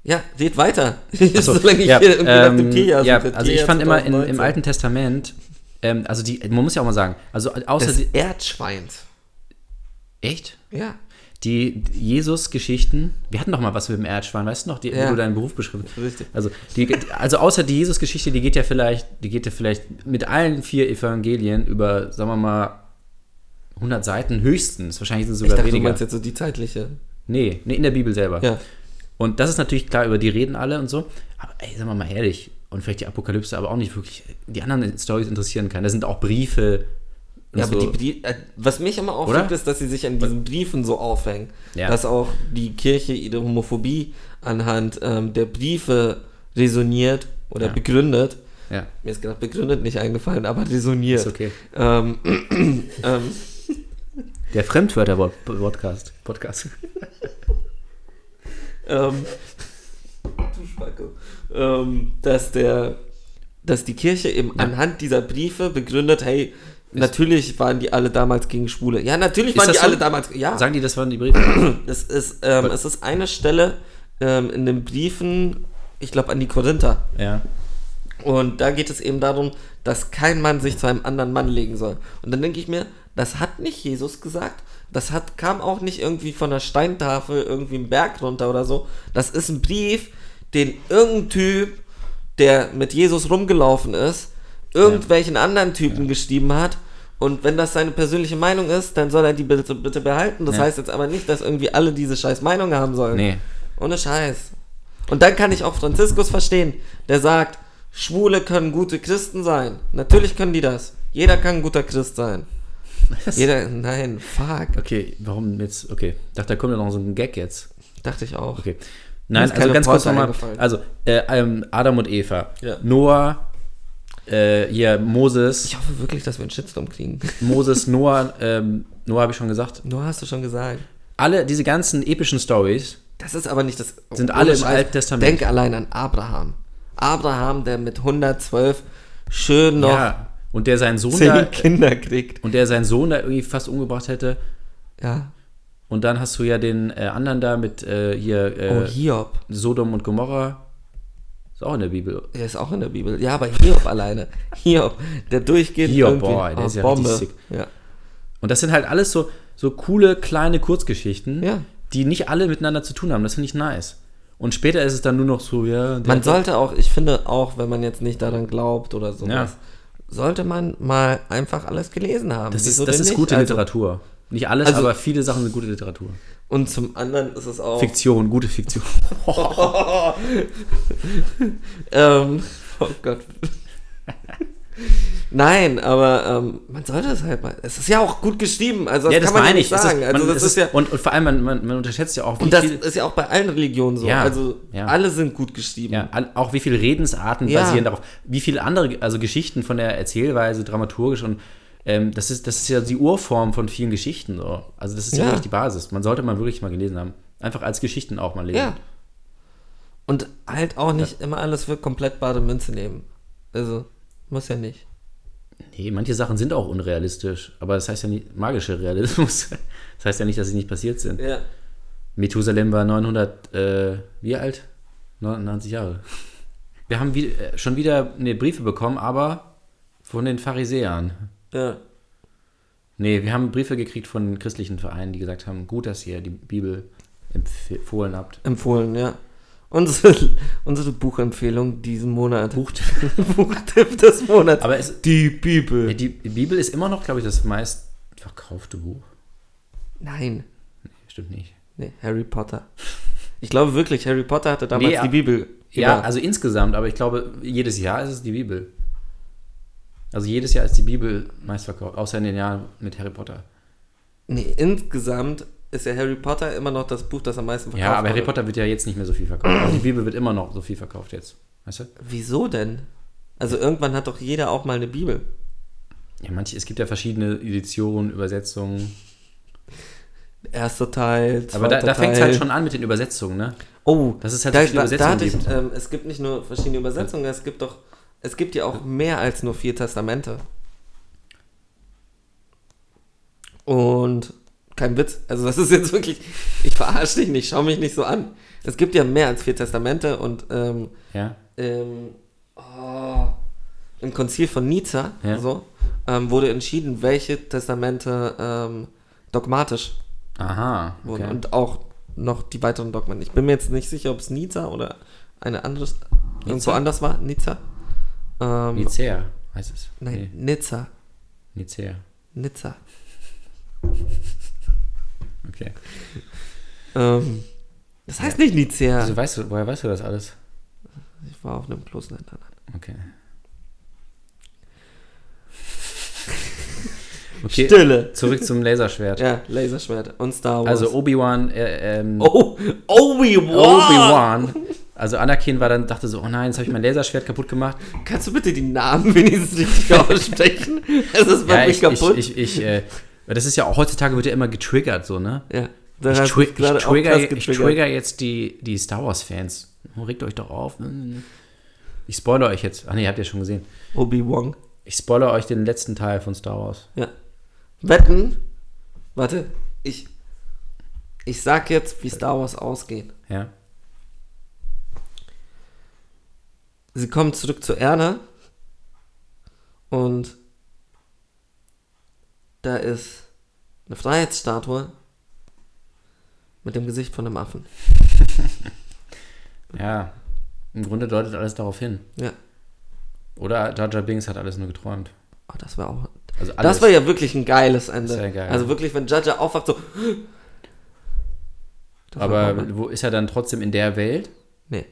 Speaker 2: ja, red weiter.
Speaker 3: Achso,
Speaker 2: Solange ich
Speaker 3: ja,
Speaker 2: hier irgendwie nach dem
Speaker 3: ähm,
Speaker 2: Tierjahr
Speaker 3: ja,
Speaker 2: suche.
Speaker 3: Also ich
Speaker 2: Tierjahr
Speaker 3: fand immer in, im
Speaker 2: 2019.
Speaker 3: Alten Testament, ähm, also die, man muss ja auch mal sagen, also außer
Speaker 2: des
Speaker 3: die,
Speaker 2: Erdschweins.
Speaker 3: echt?
Speaker 2: Ja.
Speaker 3: Die Jesus-Geschichten, wir hatten doch mal was mit dem Erdschwein, weißt du noch, die,
Speaker 2: Ja.
Speaker 3: wo du deinen Beruf beschrieben hast.
Speaker 2: Richtig.
Speaker 3: Also, die, also außer die Jesus-Geschichte, die geht ja vielleicht, die geht ja vielleicht mit allen vier Evangelien über, sagen wir mal, 100 Seiten höchstens. Wahrscheinlich sind es
Speaker 2: Ich
Speaker 3: sogar
Speaker 2: dachte, du
Speaker 3: weniger.
Speaker 2: meinst jetzt so die zeitliche.
Speaker 3: Nee, nee, in der Bibel selber.
Speaker 2: Ja.
Speaker 3: Und das ist natürlich klar, über die reden alle und so. Aber ey, sagen wir mal ehrlich, und vielleicht die Apokalypse, aber auch nicht wirklich die anderen Stories interessieren kann. Da sind auch Briefe. und
Speaker 2: Ja, aber
Speaker 3: so.
Speaker 2: die Brie äh, was mich immer aufregt,
Speaker 3: Also Oder?
Speaker 2: ist, dass sie sich an diesen Briefen so aufhängen.
Speaker 3: Ja.
Speaker 2: Dass auch die Kirche ihre Homophobie anhand ähm, der Briefe resoniert oder
Speaker 3: Ja.
Speaker 2: begründet.
Speaker 3: ja.
Speaker 2: Mir ist gerade begründet nicht eingefallen, aber resoniert.
Speaker 3: Ist okay.
Speaker 2: Ähm, ähm,
Speaker 3: Der Fremdwörter-Podcast. Podcast.
Speaker 2: ähm, du Spacko. ähm, dass der, dass die Kirche eben anhand dieser Briefe begründet, hey, natürlich waren die alle damals gegen Schwule. Ja, natürlich
Speaker 3: Ist
Speaker 2: waren die
Speaker 3: das so?
Speaker 2: alle damals. Ja,
Speaker 3: Sagen die, das waren die Briefe?
Speaker 2: es ist, ähm, es ist eine Stelle ähm, in den Briefen, ich glaube an die Korinther.
Speaker 3: ja.
Speaker 2: Und da geht es eben darum, dass kein Mann sich zu einem anderen Mann legen soll. Und dann denke ich mir, das hat nicht Jesus gesagt. Das hat, kam auch nicht irgendwie von der Steintafel irgendwie einen Berg runter oder so. Das ist ein Brief, den irgendein Typ, der mit Jesus rumgelaufen ist, irgendwelchen anderen Typen geschrieben hat. Und wenn das seine persönliche Meinung ist, dann soll er die bitte, bitte behalten. Das
Speaker 3: Ja.
Speaker 2: heißt jetzt aber nicht, dass irgendwie alle diese scheiß Meinung haben sollen.
Speaker 3: Nee.
Speaker 2: Ohne Scheiß. Und dann kann ich auch Franziskus verstehen, der sagt, Schwule können gute Christen sein. Natürlich können die das. Jeder kann ein guter Christ sein. Jeder, nein, fuck.
Speaker 3: Okay, warum jetzt? Okay, dachte, da kommt ja noch so ein Gag jetzt.
Speaker 2: Dachte ich auch.
Speaker 3: Okay. Nein,
Speaker 2: ist
Speaker 3: also
Speaker 2: keine
Speaker 3: ganz kurz
Speaker 2: Worte
Speaker 3: nochmal.
Speaker 2: eingefallen.
Speaker 3: Also, äh, ähm, Adam und Eva.
Speaker 2: Ja.
Speaker 3: Noah, äh, hier Moses.
Speaker 2: Ich hoffe wirklich, dass wir einen Shitstorm kriegen.
Speaker 3: Moses, Noah, ähm, Noah habe ich schon gesagt.
Speaker 2: Nur hast du schon gesagt.
Speaker 3: Alle diese ganzen epischen Stories.
Speaker 2: Das ist aber nicht das.
Speaker 3: Sind
Speaker 2: ohne
Speaker 3: alle im
Speaker 2: Scheiß.
Speaker 3: Alten Testament.
Speaker 2: Denk allein an Abraham. Abraham, der mit 112 schön noch
Speaker 3: Ja. Und der seinen Sohn
Speaker 2: zehn
Speaker 3: da,
Speaker 2: Kinder kriegt.
Speaker 3: und der seinen Sohn da irgendwie fast umgebracht hätte.
Speaker 2: Ja.
Speaker 3: Und dann hast du ja den äh, anderen da mit äh, hier
Speaker 2: Oh,
Speaker 3: äh,
Speaker 2: Hiob.
Speaker 3: Sodom und Gomorra. Ist auch in der Bibel.
Speaker 2: Der ist auch in der Bibel. Ja, aber Hiob alleine. Hiob, der durchgeht.
Speaker 3: Hiob,
Speaker 2: irgendwie.
Speaker 3: boah, der
Speaker 2: Oh,
Speaker 3: ist ja
Speaker 2: Bombe.
Speaker 3: richtig sick.
Speaker 2: Ja.
Speaker 3: Und das sind halt alles so, so coole kleine Kurzgeschichten,
Speaker 2: Ja.
Speaker 3: die nicht alle miteinander zu tun haben. Das finde ich nice. Und später ist es dann nur noch so, ja. der-
Speaker 2: Man sollte auch, ich finde auch, wenn man jetzt nicht daran glaubt oder sowas,
Speaker 3: Ja.
Speaker 2: sollte man mal einfach alles gelesen haben.
Speaker 3: das ist,
Speaker 2: Wieso
Speaker 3: das
Speaker 2: denn
Speaker 3: ist
Speaker 2: nicht?
Speaker 3: gute
Speaker 2: Also-
Speaker 3: Literatur. Nicht alles,
Speaker 2: Also- Oh.
Speaker 3: aber viele Sachen sind gute Literatur.
Speaker 2: Und zum anderen ist es auch.
Speaker 3: Fiktion, gute Fiktion.
Speaker 2: Ähm, oh Gott. Nein, aber ähm, man sollte es halt mal. Es ist ja auch gut geschrieben, also das,
Speaker 3: ja, das
Speaker 2: kann man ja
Speaker 3: meine
Speaker 2: nicht
Speaker 3: ich. Es
Speaker 2: sagen.
Speaker 3: man-
Speaker 2: also das
Speaker 3: es
Speaker 2: ist, ja
Speaker 3: und, und vor allem, man, man, man unterschätzt ja auch, wie
Speaker 2: und das
Speaker 3: viel-
Speaker 2: ist ja auch bei allen Religionen so.
Speaker 3: Ja,
Speaker 2: also
Speaker 3: ja.
Speaker 2: alle sind gut geschrieben.
Speaker 3: Ja, all- auch wie viele Redensarten
Speaker 2: Ja.
Speaker 3: basieren darauf. Wie viele andere, also Geschichten von der Erzählweise, dramaturgisch und ähm, das, ist, das ist ja die Urform von vielen Geschichten. So. Also das ist ja.
Speaker 2: Ja.
Speaker 3: wirklich die Basis. Man sollte mal wirklich mal gelesen haben. Einfach als Geschichten auch mal lesen.
Speaker 2: Ja. Und halt auch nicht immer alles für komplett bare Münze nehmen. Also, muss ja nicht.
Speaker 3: Nee, manche Sachen sind auch unrealistisch, aber das heißt ja nicht magischer Realismus. Das heißt ja nicht, dass sie nicht passiert sind.
Speaker 2: Ja.
Speaker 3: Methusalem war 900, äh, wie alt? 99 Jahre. Wir haben wie, äh, schon wieder nee, Briefe bekommen, aber von den Pharisäern.
Speaker 2: Ja.
Speaker 3: Nee, wir haben Briefe gekriegt von christlichen Vereinen, die gesagt haben, gut, dass ihr die Bibel empfohlen habt.
Speaker 2: Empfohlen, ja. Unsere, unsere Buchempfehlung diesen Monat. Buchtipp des Monats.
Speaker 3: Aber es,
Speaker 2: die Bibel.
Speaker 3: die Bibel ist immer noch, glaube ich, das meist verkaufte Buch.
Speaker 2: Nein.
Speaker 3: Stimmt nicht.
Speaker 2: Nee, Harry Potter. Ich glaube wirklich, Harry Potter hatte damals
Speaker 3: Nee,
Speaker 2: die
Speaker 3: ab-
Speaker 2: Bibel.
Speaker 3: Ja,
Speaker 2: über-
Speaker 3: also insgesamt, aber ich glaube, jedes Jahr ist es die Bibel. Also jedes Jahr ist die Bibel meist verkauft, außer in den Jahren mit Harry Potter.
Speaker 2: nee, insgesamt ist ja Harry Potter immer noch das Buch, das am meisten verkauft
Speaker 3: Ja, aber Harry
Speaker 2: wurde.
Speaker 3: Potter wird ja jetzt nicht mehr so viel verkauft. Aber die Bibel wird immer noch so viel verkauft jetzt. Weißt du?
Speaker 2: Wieso denn? Also irgendwann hat doch jeder auch mal eine Bibel.
Speaker 3: Ja, manche, es gibt ja verschiedene Editionen, Übersetzungen.
Speaker 2: Erster Teil, zweiter
Speaker 3: Aber da, da fängt es
Speaker 2: Teil.
Speaker 3: halt schon an mit den Übersetzungen, ne?
Speaker 2: Oh,
Speaker 3: Das ist halt
Speaker 2: da,
Speaker 3: so viele
Speaker 2: da, da hatte ich,
Speaker 3: Übersetzungen
Speaker 2: ähm, Es gibt nicht nur verschiedene Übersetzungen, es gibt doch, es gibt ja auch mehr als nur vier Testamente. Und kein Witz, also das ist jetzt wirklich, ich verarsche dich nicht, schau mich nicht so an. Es gibt ja mehr als vier Testamente und ähm,
Speaker 3: Ja.
Speaker 2: ähm, oh, im Konzil von Nizza
Speaker 3: Ja.
Speaker 2: so, ähm, wurde entschieden, welche Testamente ähm, dogmatisch
Speaker 3: Aha.
Speaker 2: wurden. Und auch noch die weiteren Dogmen. Ich bin mir jetzt nicht sicher, ob es Nizza oder eine andere, irgendwo anders war. Nizza? Ähm,
Speaker 3: Nicea heißt es.
Speaker 2: Nein,
Speaker 3: Nee,
Speaker 2: Nizza.
Speaker 3: Nicea.
Speaker 2: Nizza.
Speaker 3: Okay.
Speaker 2: Ähm, das heißt nicht Nizza.
Speaker 3: Also weißt du, woher weißt du das alles?
Speaker 2: Ich war auf einem bloßen Internet.
Speaker 3: Okay. okay.
Speaker 2: Stille.
Speaker 3: Zurück zum Laserschwert.
Speaker 2: Ja, Laserschwert und Star Wars.
Speaker 3: Also Obi-Wan, äh, ähm,
Speaker 2: oh, Obi-Wan!
Speaker 3: Obi-Wan. Also Anakin war dann, dachte so, oh nein, jetzt habe ich mein Laserschwert kaputt gemacht.
Speaker 2: Kannst du bitte die Namen wenigstens richtig aussprechen? Es ist
Speaker 3: Ja,
Speaker 2: wirklich
Speaker 3: ich,
Speaker 2: kaputt.
Speaker 3: ich, ich, ich, äh, das ist ja auch, heutzutage wird ja immer getriggert, so, ne?
Speaker 2: ja,
Speaker 3: Ich,
Speaker 2: da hast du
Speaker 3: tri ich,
Speaker 2: gerade auch
Speaker 3: trigger,
Speaker 2: krass
Speaker 3: ich
Speaker 2: getriggert.
Speaker 3: trigger jetzt die, die Star Wars-Fans. Oh, regt euch doch auf. Ich spoilere euch jetzt. Ach nee, habt ihr schon gesehen.
Speaker 2: Obi-Wan.
Speaker 3: Ich spoilere euch den letzten Teil von Star Wars.
Speaker 2: Ja. Wetten. Warte, ich. Ich sag jetzt, wie Star Wars ausgeht.
Speaker 3: Ja.
Speaker 2: Sie kommen zurück zu Erna. Und da ist Eine Freiheitsstatue mit dem Gesicht von einem Affen.
Speaker 3: Ja, im Grunde deutet alles darauf hin.
Speaker 2: Ja.
Speaker 3: Oder Jar Jar Binks hat alles nur geträumt.
Speaker 2: Oh, das wäre auch.
Speaker 3: Also alles.
Speaker 2: Das wäre ja wirklich ein geiles Ende.
Speaker 3: Sehr geil.
Speaker 2: Also wirklich, wenn Jaja aufwacht, so. Das wär Bombe.
Speaker 3: aber wo ist er dann trotzdem in der Welt?
Speaker 2: Nee.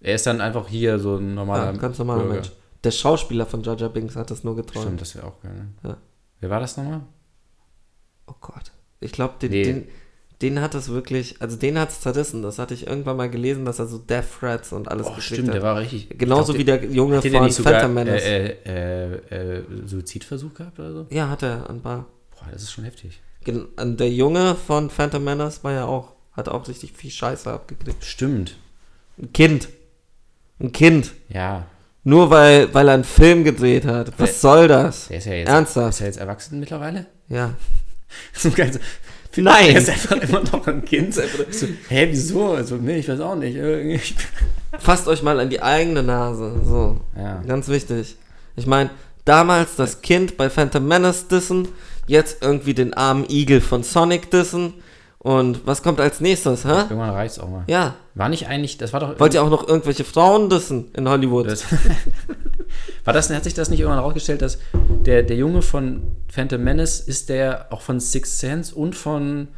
Speaker 3: Er ist dann einfach hier so ein
Speaker 2: Ja,
Speaker 3: normaler.
Speaker 2: ganz normaler
Speaker 3: Bürger.
Speaker 2: Mensch. Der Schauspieler von Jaja Binks hat das nur geträumt.
Speaker 3: Stimmt, das wäre auch geil. Ne?
Speaker 2: Ja.
Speaker 3: Wer war das nochmal?
Speaker 2: Oh Gott. Ich glaube, den,
Speaker 3: Nee.
Speaker 2: den, den hat es wirklich, also den hat es zerrissen. Das hatte ich irgendwann mal gelesen, dass er so Death Threats und alles
Speaker 3: Oh,
Speaker 2: gekriegt
Speaker 3: stimmt, der
Speaker 2: hat.
Speaker 3: war richtig.
Speaker 2: Genauso wie der Junge
Speaker 3: Hätte der
Speaker 2: von
Speaker 3: nicht sogar
Speaker 2: Phantom Menace.
Speaker 3: äh, äh, äh, Suizidversuch gehabt oder so?
Speaker 2: Ja, hat er ein paar.
Speaker 3: Boah, das ist schon heftig.
Speaker 2: Gen und der Junge von Phantom Menace war ja auch, hat auch richtig viel Scheiße abgekriegt.
Speaker 3: Stimmt.
Speaker 2: Ein Kind. Ein Kind.
Speaker 3: Ja,
Speaker 2: Nur weil, weil er einen Film gedreht hat. Was soll das?
Speaker 3: der ist ja jetzt. Ist
Speaker 2: Ernsthaft?
Speaker 3: er jetzt erwachsen mittlerweile?
Speaker 2: Ja.
Speaker 3: So geil. so,
Speaker 2: Nein.
Speaker 3: Er ist einfach immer noch ein Kind. So, hä, wieso? Also, nee, ich weiß auch nicht. Irgendwie-
Speaker 2: Fasst euch mal an die eigene Nase. So.
Speaker 3: Ja.
Speaker 2: Ganz wichtig. Ich meine, damals das Kind bei Phantom Menace dissen, jetzt irgendwie den armen Igel von Sonic dissen. Und was kommt als nächstes, hä?
Speaker 3: Irgendwann reicht's auch mal.
Speaker 2: Ja.
Speaker 3: War nicht eigentlich, das war doch.
Speaker 2: Wollt ihr auch noch irgendwelche Frauen dissen in Hollywood?
Speaker 3: Das, war das, hat sich das nicht irgendwann rausgestellt, dass der, der Junge von Phantom Menace ist der auch von Sixth Sense und von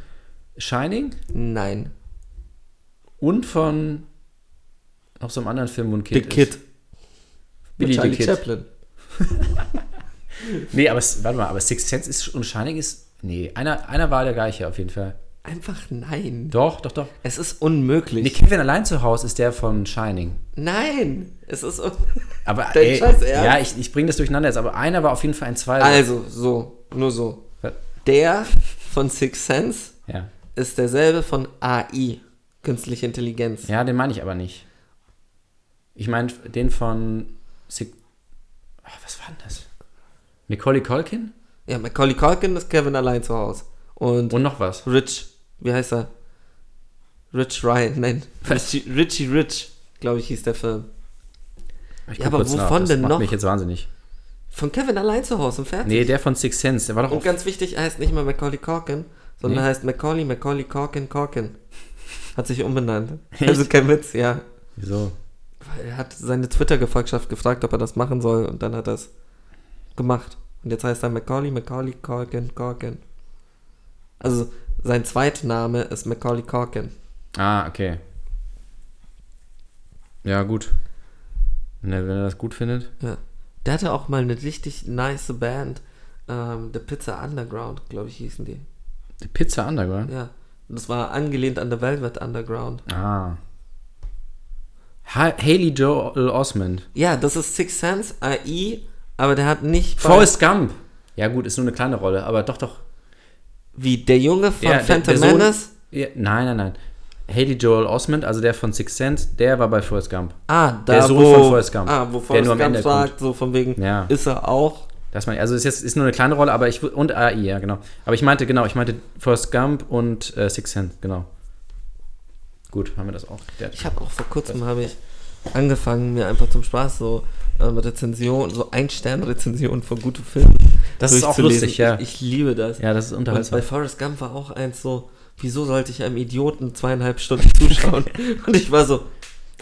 Speaker 3: Shining
Speaker 2: Nein.
Speaker 3: und von noch so einem anderen Film, wo ein Kind
Speaker 2: The Kid.
Speaker 3: ist. Billy the
Speaker 2: Charlie
Speaker 3: Kid.
Speaker 2: Chaplin.
Speaker 3: Nee, aber es- warte mal, aber Sixth Sense ist und Shining ist. Nee, einer, einer war der gleiche auf jeden Fall.
Speaker 2: Einfach nein.
Speaker 3: Doch, doch, doch.
Speaker 2: Es ist unmöglich.
Speaker 3: Nee, Kevin allein zu Hause ist der von Shining.
Speaker 2: Nein. Es ist un
Speaker 3: Aber
Speaker 2: Dein
Speaker 3: ey,
Speaker 2: Scheiß Ernst?
Speaker 3: ja, ich, ich bringe das durcheinander jetzt, aber einer war auf jeden Fall ein Zweiter.
Speaker 2: Also, so. Nur so. Der von Six Sense
Speaker 3: Ja.
Speaker 2: ist derselbe von AI. Künstliche Intelligenz.
Speaker 3: ja, den meine ich aber nicht. Ich meine den von Sig Ach, was war denn das? Macaulay Culkin?
Speaker 2: Ja, Macaulay Culkin ist Kevin allein zu Hause. Und
Speaker 3: Und noch was.
Speaker 2: Rich, wie heißt er? Rich Ryan, nein. Richie, Richie Rich, glaube ich, hieß der Film.
Speaker 3: Ich
Speaker 2: Ja,
Speaker 3: guck
Speaker 2: aber
Speaker 3: kurz
Speaker 2: wovon
Speaker 3: das
Speaker 2: denn
Speaker 3: macht
Speaker 2: noch?
Speaker 3: mich jetzt wahnsinnig.
Speaker 2: Von Kevin allein zu Hause im Fernsehen.
Speaker 3: Nee, der von Six Sense, der war doch
Speaker 2: Und
Speaker 3: auch,
Speaker 2: ganz wichtig, er heißt nicht mal Macaulay Culkin, sondern
Speaker 3: Nee.
Speaker 2: er heißt Macaulay, Macaulay Culkin, Culkin. Hat sich umbenannt.
Speaker 3: Echt?
Speaker 2: Also kein Witz, ja.
Speaker 3: Wieso?
Speaker 2: Weil Er hat seine Twitter-Gefolgschaft gefragt, ob er das machen soll und dann hat er es gemacht. Und jetzt heißt er Macaulay, Macaulay, Culkin, Culkin. Also sein Zweitname ist Macaulay Culkin.
Speaker 3: Ah, okay. Ja, gut. Ne, wenn er das gut findet.
Speaker 2: Ja. Der hatte auch mal eine richtig nice Band. Ähm, The Pizza Underground, glaube ich, hießen die.
Speaker 3: Die Pizza Underground?
Speaker 2: Ja. Und Das war angelehnt an The Velvet Underground.
Speaker 3: Ah. Ha Haley Joel Osment.
Speaker 2: Ja, das ist Six Sense AI, aber der hat nicht bei-
Speaker 3: Forrest Gump. Ja gut, ist nur eine kleine Rolle, aber doch, doch.
Speaker 2: wie der Junge von
Speaker 3: Ja, der-
Speaker 2: Phantom
Speaker 3: der Sohn-
Speaker 2: Menace.
Speaker 3: Ja, nein, nein, nein. Haley Joel Osment, also der von Six Sense, der war bei Forrest Gump.
Speaker 2: Ah, da
Speaker 3: Der Sohn
Speaker 2: wo,
Speaker 3: von Forrest Gump,
Speaker 2: Ah, wo
Speaker 3: der
Speaker 2: Forrest
Speaker 3: nur am
Speaker 2: Gump
Speaker 3: Ende
Speaker 2: sagt, so von wegen,
Speaker 3: Ja.
Speaker 2: ist er auch.
Speaker 3: Das meine ich. Also ist jetzt ist nur eine kleine Rolle, aber ich wu- und AI, ja genau. Aber ich meinte genau, ich meinte Forrest Gump und äh, Six Sense, genau. Gut, haben wir das auch. geklärt.
Speaker 2: Ich habe auch vor kurzem habe ich angefangen, mir einfach zum Spaß so ähm, Rezensionen, so Ein-Stern-Rezensionen von guten Filmen
Speaker 3: Das ist auch
Speaker 2: durchzulesen.
Speaker 3: lustig, ja.
Speaker 2: Ich, ich liebe das.
Speaker 3: ja, das ist
Speaker 2: Und
Speaker 3: unterhaltsam.
Speaker 2: bei Forrest Gump war auch eins so, wieso sollte ich einem Idioten zweieinhalb Stunden zuschauen? Und ich war so,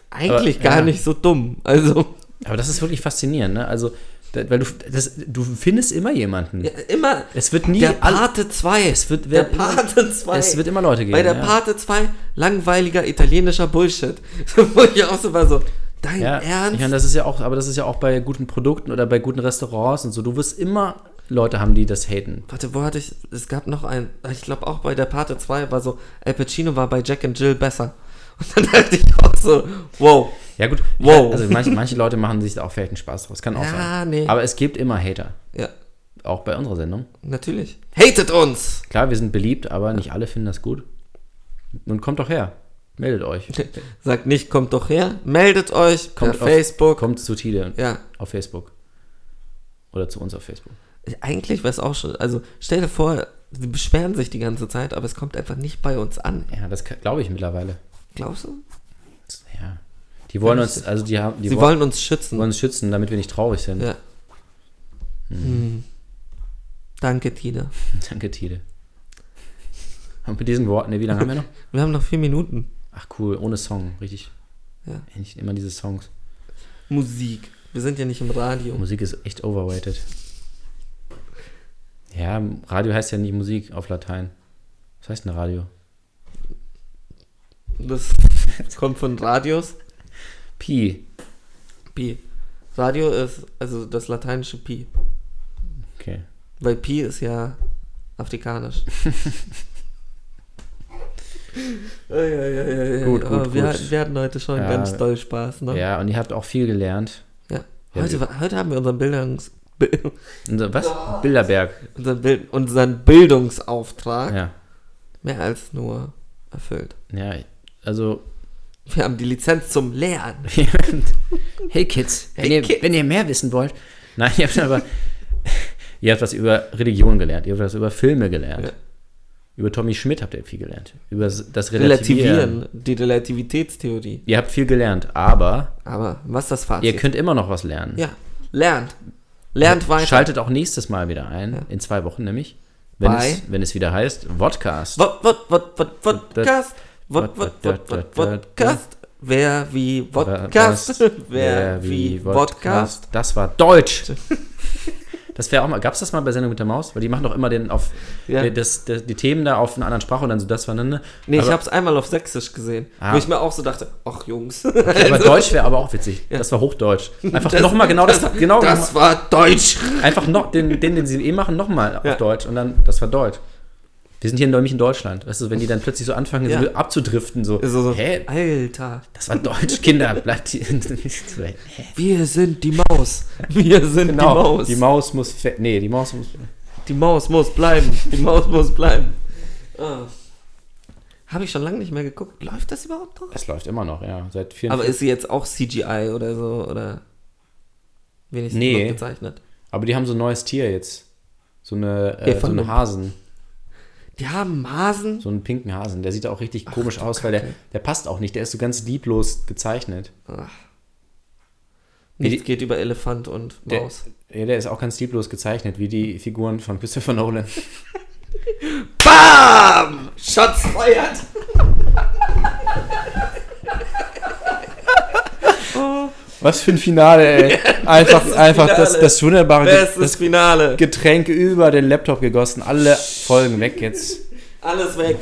Speaker 2: eigentlich
Speaker 3: Aber,
Speaker 2: gar
Speaker 3: ja.
Speaker 2: nicht so dumm. Also,
Speaker 3: Aber das ist wirklich faszinierend, ne? Also, da, weil du das, du findest immer jemanden.
Speaker 2: ja, immer
Speaker 3: Es wird nie
Speaker 2: der
Speaker 3: alle-
Speaker 2: Pate 2.
Speaker 3: Es wird-
Speaker 2: der
Speaker 3: werden immer-
Speaker 2: Pate 2.
Speaker 3: es wird immer Leute geben.
Speaker 2: Bei der
Speaker 3: ja.
Speaker 2: Pate 2 langweiliger italienischer Bullshit. Wo ich auch so war so, dein
Speaker 3: ja,
Speaker 2: Ernst?
Speaker 3: Ich meine, das ist ja auch, aber das ist ja auch bei guten Produkten oder bei guten Restaurants und so. Du wirst immer Leute haben, die das haten.
Speaker 2: Warte, wo hatte ich, es gab noch einen, ich glaube auch bei der Pate 2 war so, Al Pacino war bei Jack and Jill besser. Und dann dachte ich auch so, wow.
Speaker 3: Ja, gut.
Speaker 2: Wow.
Speaker 3: Also manche, manche Leute machen sich da auch vielleicht einen Spaß draus. Kann auch
Speaker 2: Ja,
Speaker 3: sein.
Speaker 2: nee.
Speaker 3: Aber es gibt immer Hater.
Speaker 2: Ja,
Speaker 3: Auch bei unserer Sendung.
Speaker 2: natürlich. Hatet uns!
Speaker 3: Klar, wir sind beliebt, aber nicht alle finden das gut. Nun kommt doch her. Meldet euch.
Speaker 2: Sagt nicht, kommt doch her, meldet euch
Speaker 3: Kommt
Speaker 2: per Facebook.
Speaker 3: Kommt zu Tide
Speaker 2: Ja,
Speaker 3: auf Facebook. Oder zu uns auf Facebook.
Speaker 2: eigentlich wäre es auch schon, also stell dir vor, sie beschweren sich die ganze Zeit, aber es kommt einfach nicht bei uns an.
Speaker 3: Ja, das kann- glaube ich mittlerweile.
Speaker 2: Glaubst du?
Speaker 3: Ja. Die wollen uns, also die haben, die
Speaker 2: Sie
Speaker 3: wollen,
Speaker 2: wollen uns schützen.
Speaker 3: wollen uns schützen, damit wir nicht traurig sind.
Speaker 2: Ja. Hm. Danke, Tide.
Speaker 3: Danke, Tide. Und mit diesen Worten, ne, wie lange haben wir noch?
Speaker 2: Wir haben noch vier Minuten.
Speaker 3: Ach cool, ohne Song, richtig.
Speaker 2: Ja.
Speaker 3: Endlich immer diese Songs.
Speaker 2: Musik. Wir sind ja nicht im Radio.
Speaker 3: Musik ist echt overrated. Ja, Radio heißt ja nicht Musik auf Latein. Was heißt denn Radio?
Speaker 2: Das kommt von Radius.
Speaker 3: Pi.
Speaker 2: Pi. Radio ist also das lateinische Pi.
Speaker 3: Okay.
Speaker 2: Weil Pi ist ja afrikanisch. Eieieiei.
Speaker 3: Gut, gut,
Speaker 2: Aber wir,
Speaker 3: gut.
Speaker 2: wir hatten heute schon
Speaker 3: Ja.
Speaker 2: ganz doll Spaß, ne?
Speaker 3: Ja, und ihr habt auch viel gelernt.
Speaker 2: Ja.
Speaker 3: Ja,
Speaker 2: Heute,
Speaker 3: wir-
Speaker 2: war- heute haben wir unseren Bildungs
Speaker 3: Unser, was? Bilderberg.
Speaker 2: unseren, Bild unseren Bildungsauftrag
Speaker 3: Ja.
Speaker 2: mehr als nur erfüllt.
Speaker 3: Ja, also.
Speaker 2: Wir haben die Lizenz zum Lernen.
Speaker 3: hey Kids, wenn,
Speaker 2: Hey,
Speaker 3: ihr,
Speaker 2: Kids.
Speaker 3: wenn ihr mehr wissen wollt. Nein, ihr habt aber. ihr habt was über Religion gelernt, ihr habt was über Filme gelernt.
Speaker 2: Ja.
Speaker 3: Über Tommy Schmidt habt ihr viel gelernt. Über s- das Relativieren.
Speaker 2: Relativieren, die Relativitätstheorie.
Speaker 3: Ihr habt viel gelernt, aber
Speaker 2: Aber was ist das Fazit?
Speaker 3: ihr könnt immer noch was lernen.
Speaker 2: ja, lernt. Lernt weiter.
Speaker 3: Schaltet auch nächstes Mal wieder ein,
Speaker 2: Ja.
Speaker 3: in zwei Wochen nämlich. Wenn
Speaker 2: Bei-
Speaker 3: es, wenn es wieder heißt, Vodcast.
Speaker 2: Wod, wod, wod, wod, Podcast. Wod,
Speaker 3: Wod-
Speaker 2: wod,
Speaker 3: wod-
Speaker 2: wod, wod,
Speaker 3: wod-
Speaker 2: Podcast. Wer wie Podcast. Wer wie Podcast.
Speaker 3: Das war Deutsch. Das wäre auch mal, gab es das mal bei Sendung mit der Maus? Weil die machen doch immer den auf,
Speaker 2: Ja.
Speaker 3: der- das, der- die Themen da auf eine anderen Sprache und dann so das voneinander.
Speaker 2: Nee, ich
Speaker 3: aber,
Speaker 2: hab's einmal auf Sächsisch gesehen,
Speaker 3: Ah.
Speaker 2: wo ich mir auch so dachte, ach Jungs. Also-
Speaker 3: aber Deutsch wäre aber auch witzig. Das war Hochdeutsch. Einfach nochmal genau das, genau,
Speaker 2: Das war Deutsch.
Speaker 3: einfach noch den, den, den sie eh machen, nochmal
Speaker 2: Ja.
Speaker 3: auf Deutsch und dann, das war Deutsch. Wir sind hier nämlich in Deutschland. Weißt du, wenn die dann plötzlich so anfangen,
Speaker 2: Ja.
Speaker 3: so abzudriften, so,
Speaker 2: So, so,
Speaker 3: hä,
Speaker 2: Alter,
Speaker 3: das war Deutsch, Kinder, bleibt hier. Hä?
Speaker 2: wir sind die Maus. Wir sind
Speaker 3: genau,
Speaker 2: die Maus.
Speaker 3: die Maus muss, fe- nee, die Maus muss,
Speaker 2: Die Maus muss bleiben. Die Maus muss bleiben. Ah. Habe ich schon lange nicht mehr geguckt. Läuft das überhaupt noch?
Speaker 3: Es läuft immer noch, ja. Seit vier
Speaker 2: Aber ist sie jetzt auch CGI oder so? Oder wenigstens
Speaker 3: Nee.
Speaker 2: noch gezeichnet?
Speaker 3: aber die haben so ein neues Tier jetzt. So eine, äh,
Speaker 2: Ja,
Speaker 3: so
Speaker 2: von
Speaker 3: einen
Speaker 2: dem-
Speaker 3: Hasen,
Speaker 2: Die haben Hasen.
Speaker 3: so einen pinken Hasen. Der sieht auch richtig komisch aus, weil der, der passt auch nicht. Der ist so ganz lieblos gezeichnet.
Speaker 2: Ach.
Speaker 3: Wie
Speaker 2: Nichts
Speaker 3: die-
Speaker 2: geht über Elefant und
Speaker 3: Der,
Speaker 2: Maus.
Speaker 3: ja, der ist auch ganz lieblos gezeichnet, wie die Figuren von Christopher Nolan.
Speaker 2: BAM! Schatz feuert!
Speaker 3: Was für ein Finale, ey. Einfach, einfach Das,
Speaker 2: Finale.
Speaker 3: das wunderbare Ge-
Speaker 2: Bestes
Speaker 3: das
Speaker 2: Finale.
Speaker 3: Getränk über den Laptop gegossen. Alle Folgen weg jetzt.
Speaker 2: Alles weg.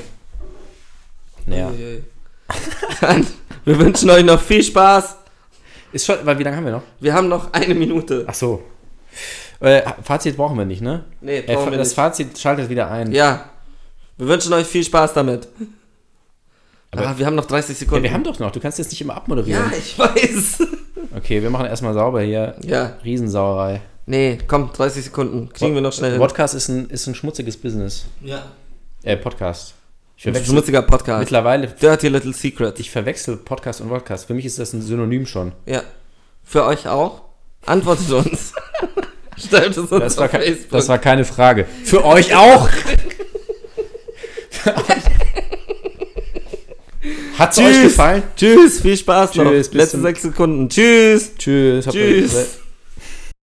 Speaker 3: Ja.
Speaker 2: Uiui. Dann, wir wünschen euch noch viel Spaß.
Speaker 3: Ist schon, weil wie lange haben wir noch?
Speaker 2: Wir haben noch eine Minute.
Speaker 3: Ach so. Äh, Fazit brauchen wir nicht, ne?
Speaker 2: Nee,
Speaker 3: Äh,
Speaker 2: brauchen wir
Speaker 3: das
Speaker 2: nicht.
Speaker 3: Fazit schaltet wieder ein.
Speaker 2: Ja. Wir wünschen euch viel Spaß damit.
Speaker 3: Aber-
Speaker 2: ah, wir haben noch 30
Speaker 3: Ja,
Speaker 2: Sekunden.
Speaker 3: wir haben doch noch. Du kannst jetzt nicht immer abmoderieren.
Speaker 2: ja, ich weiß.
Speaker 3: Okay, wir machen erstmal sauber hier.
Speaker 2: Ja.
Speaker 3: Riesensauerei.
Speaker 2: Nee, komm, 30 Sekunden. Kriegen wir noch schnell hin.
Speaker 3: Podcast ist ein, ist ein schmutziges Business.
Speaker 2: Ja.
Speaker 3: Äh, Podcast. Ich
Speaker 2: Ein
Speaker 3: verwechsel,
Speaker 2: schmutziger Podcast.
Speaker 3: mittlerweile,
Speaker 2: Dirty Little Secret.
Speaker 3: ich verwechsel Podcast und Podcast. Für mich ist das ein Synonym schon.
Speaker 2: Ja. Für euch auch? Antwortet uns. Schreibt es uns
Speaker 3: Das war,
Speaker 2: auf
Speaker 3: ke-
Speaker 2: Facebook.
Speaker 3: das war keine Frage. Für euch auch! Hat's euch
Speaker 2: Tschüss.
Speaker 3: gefallen?
Speaker 2: Tschüss, viel Spaß noch.
Speaker 3: Tschüss, bis
Speaker 2: Letzte
Speaker 3: zum-
Speaker 2: sechs Sekunden. Tschüss.
Speaker 3: Tschüss. habt ihr-
Speaker 2: Tschüss.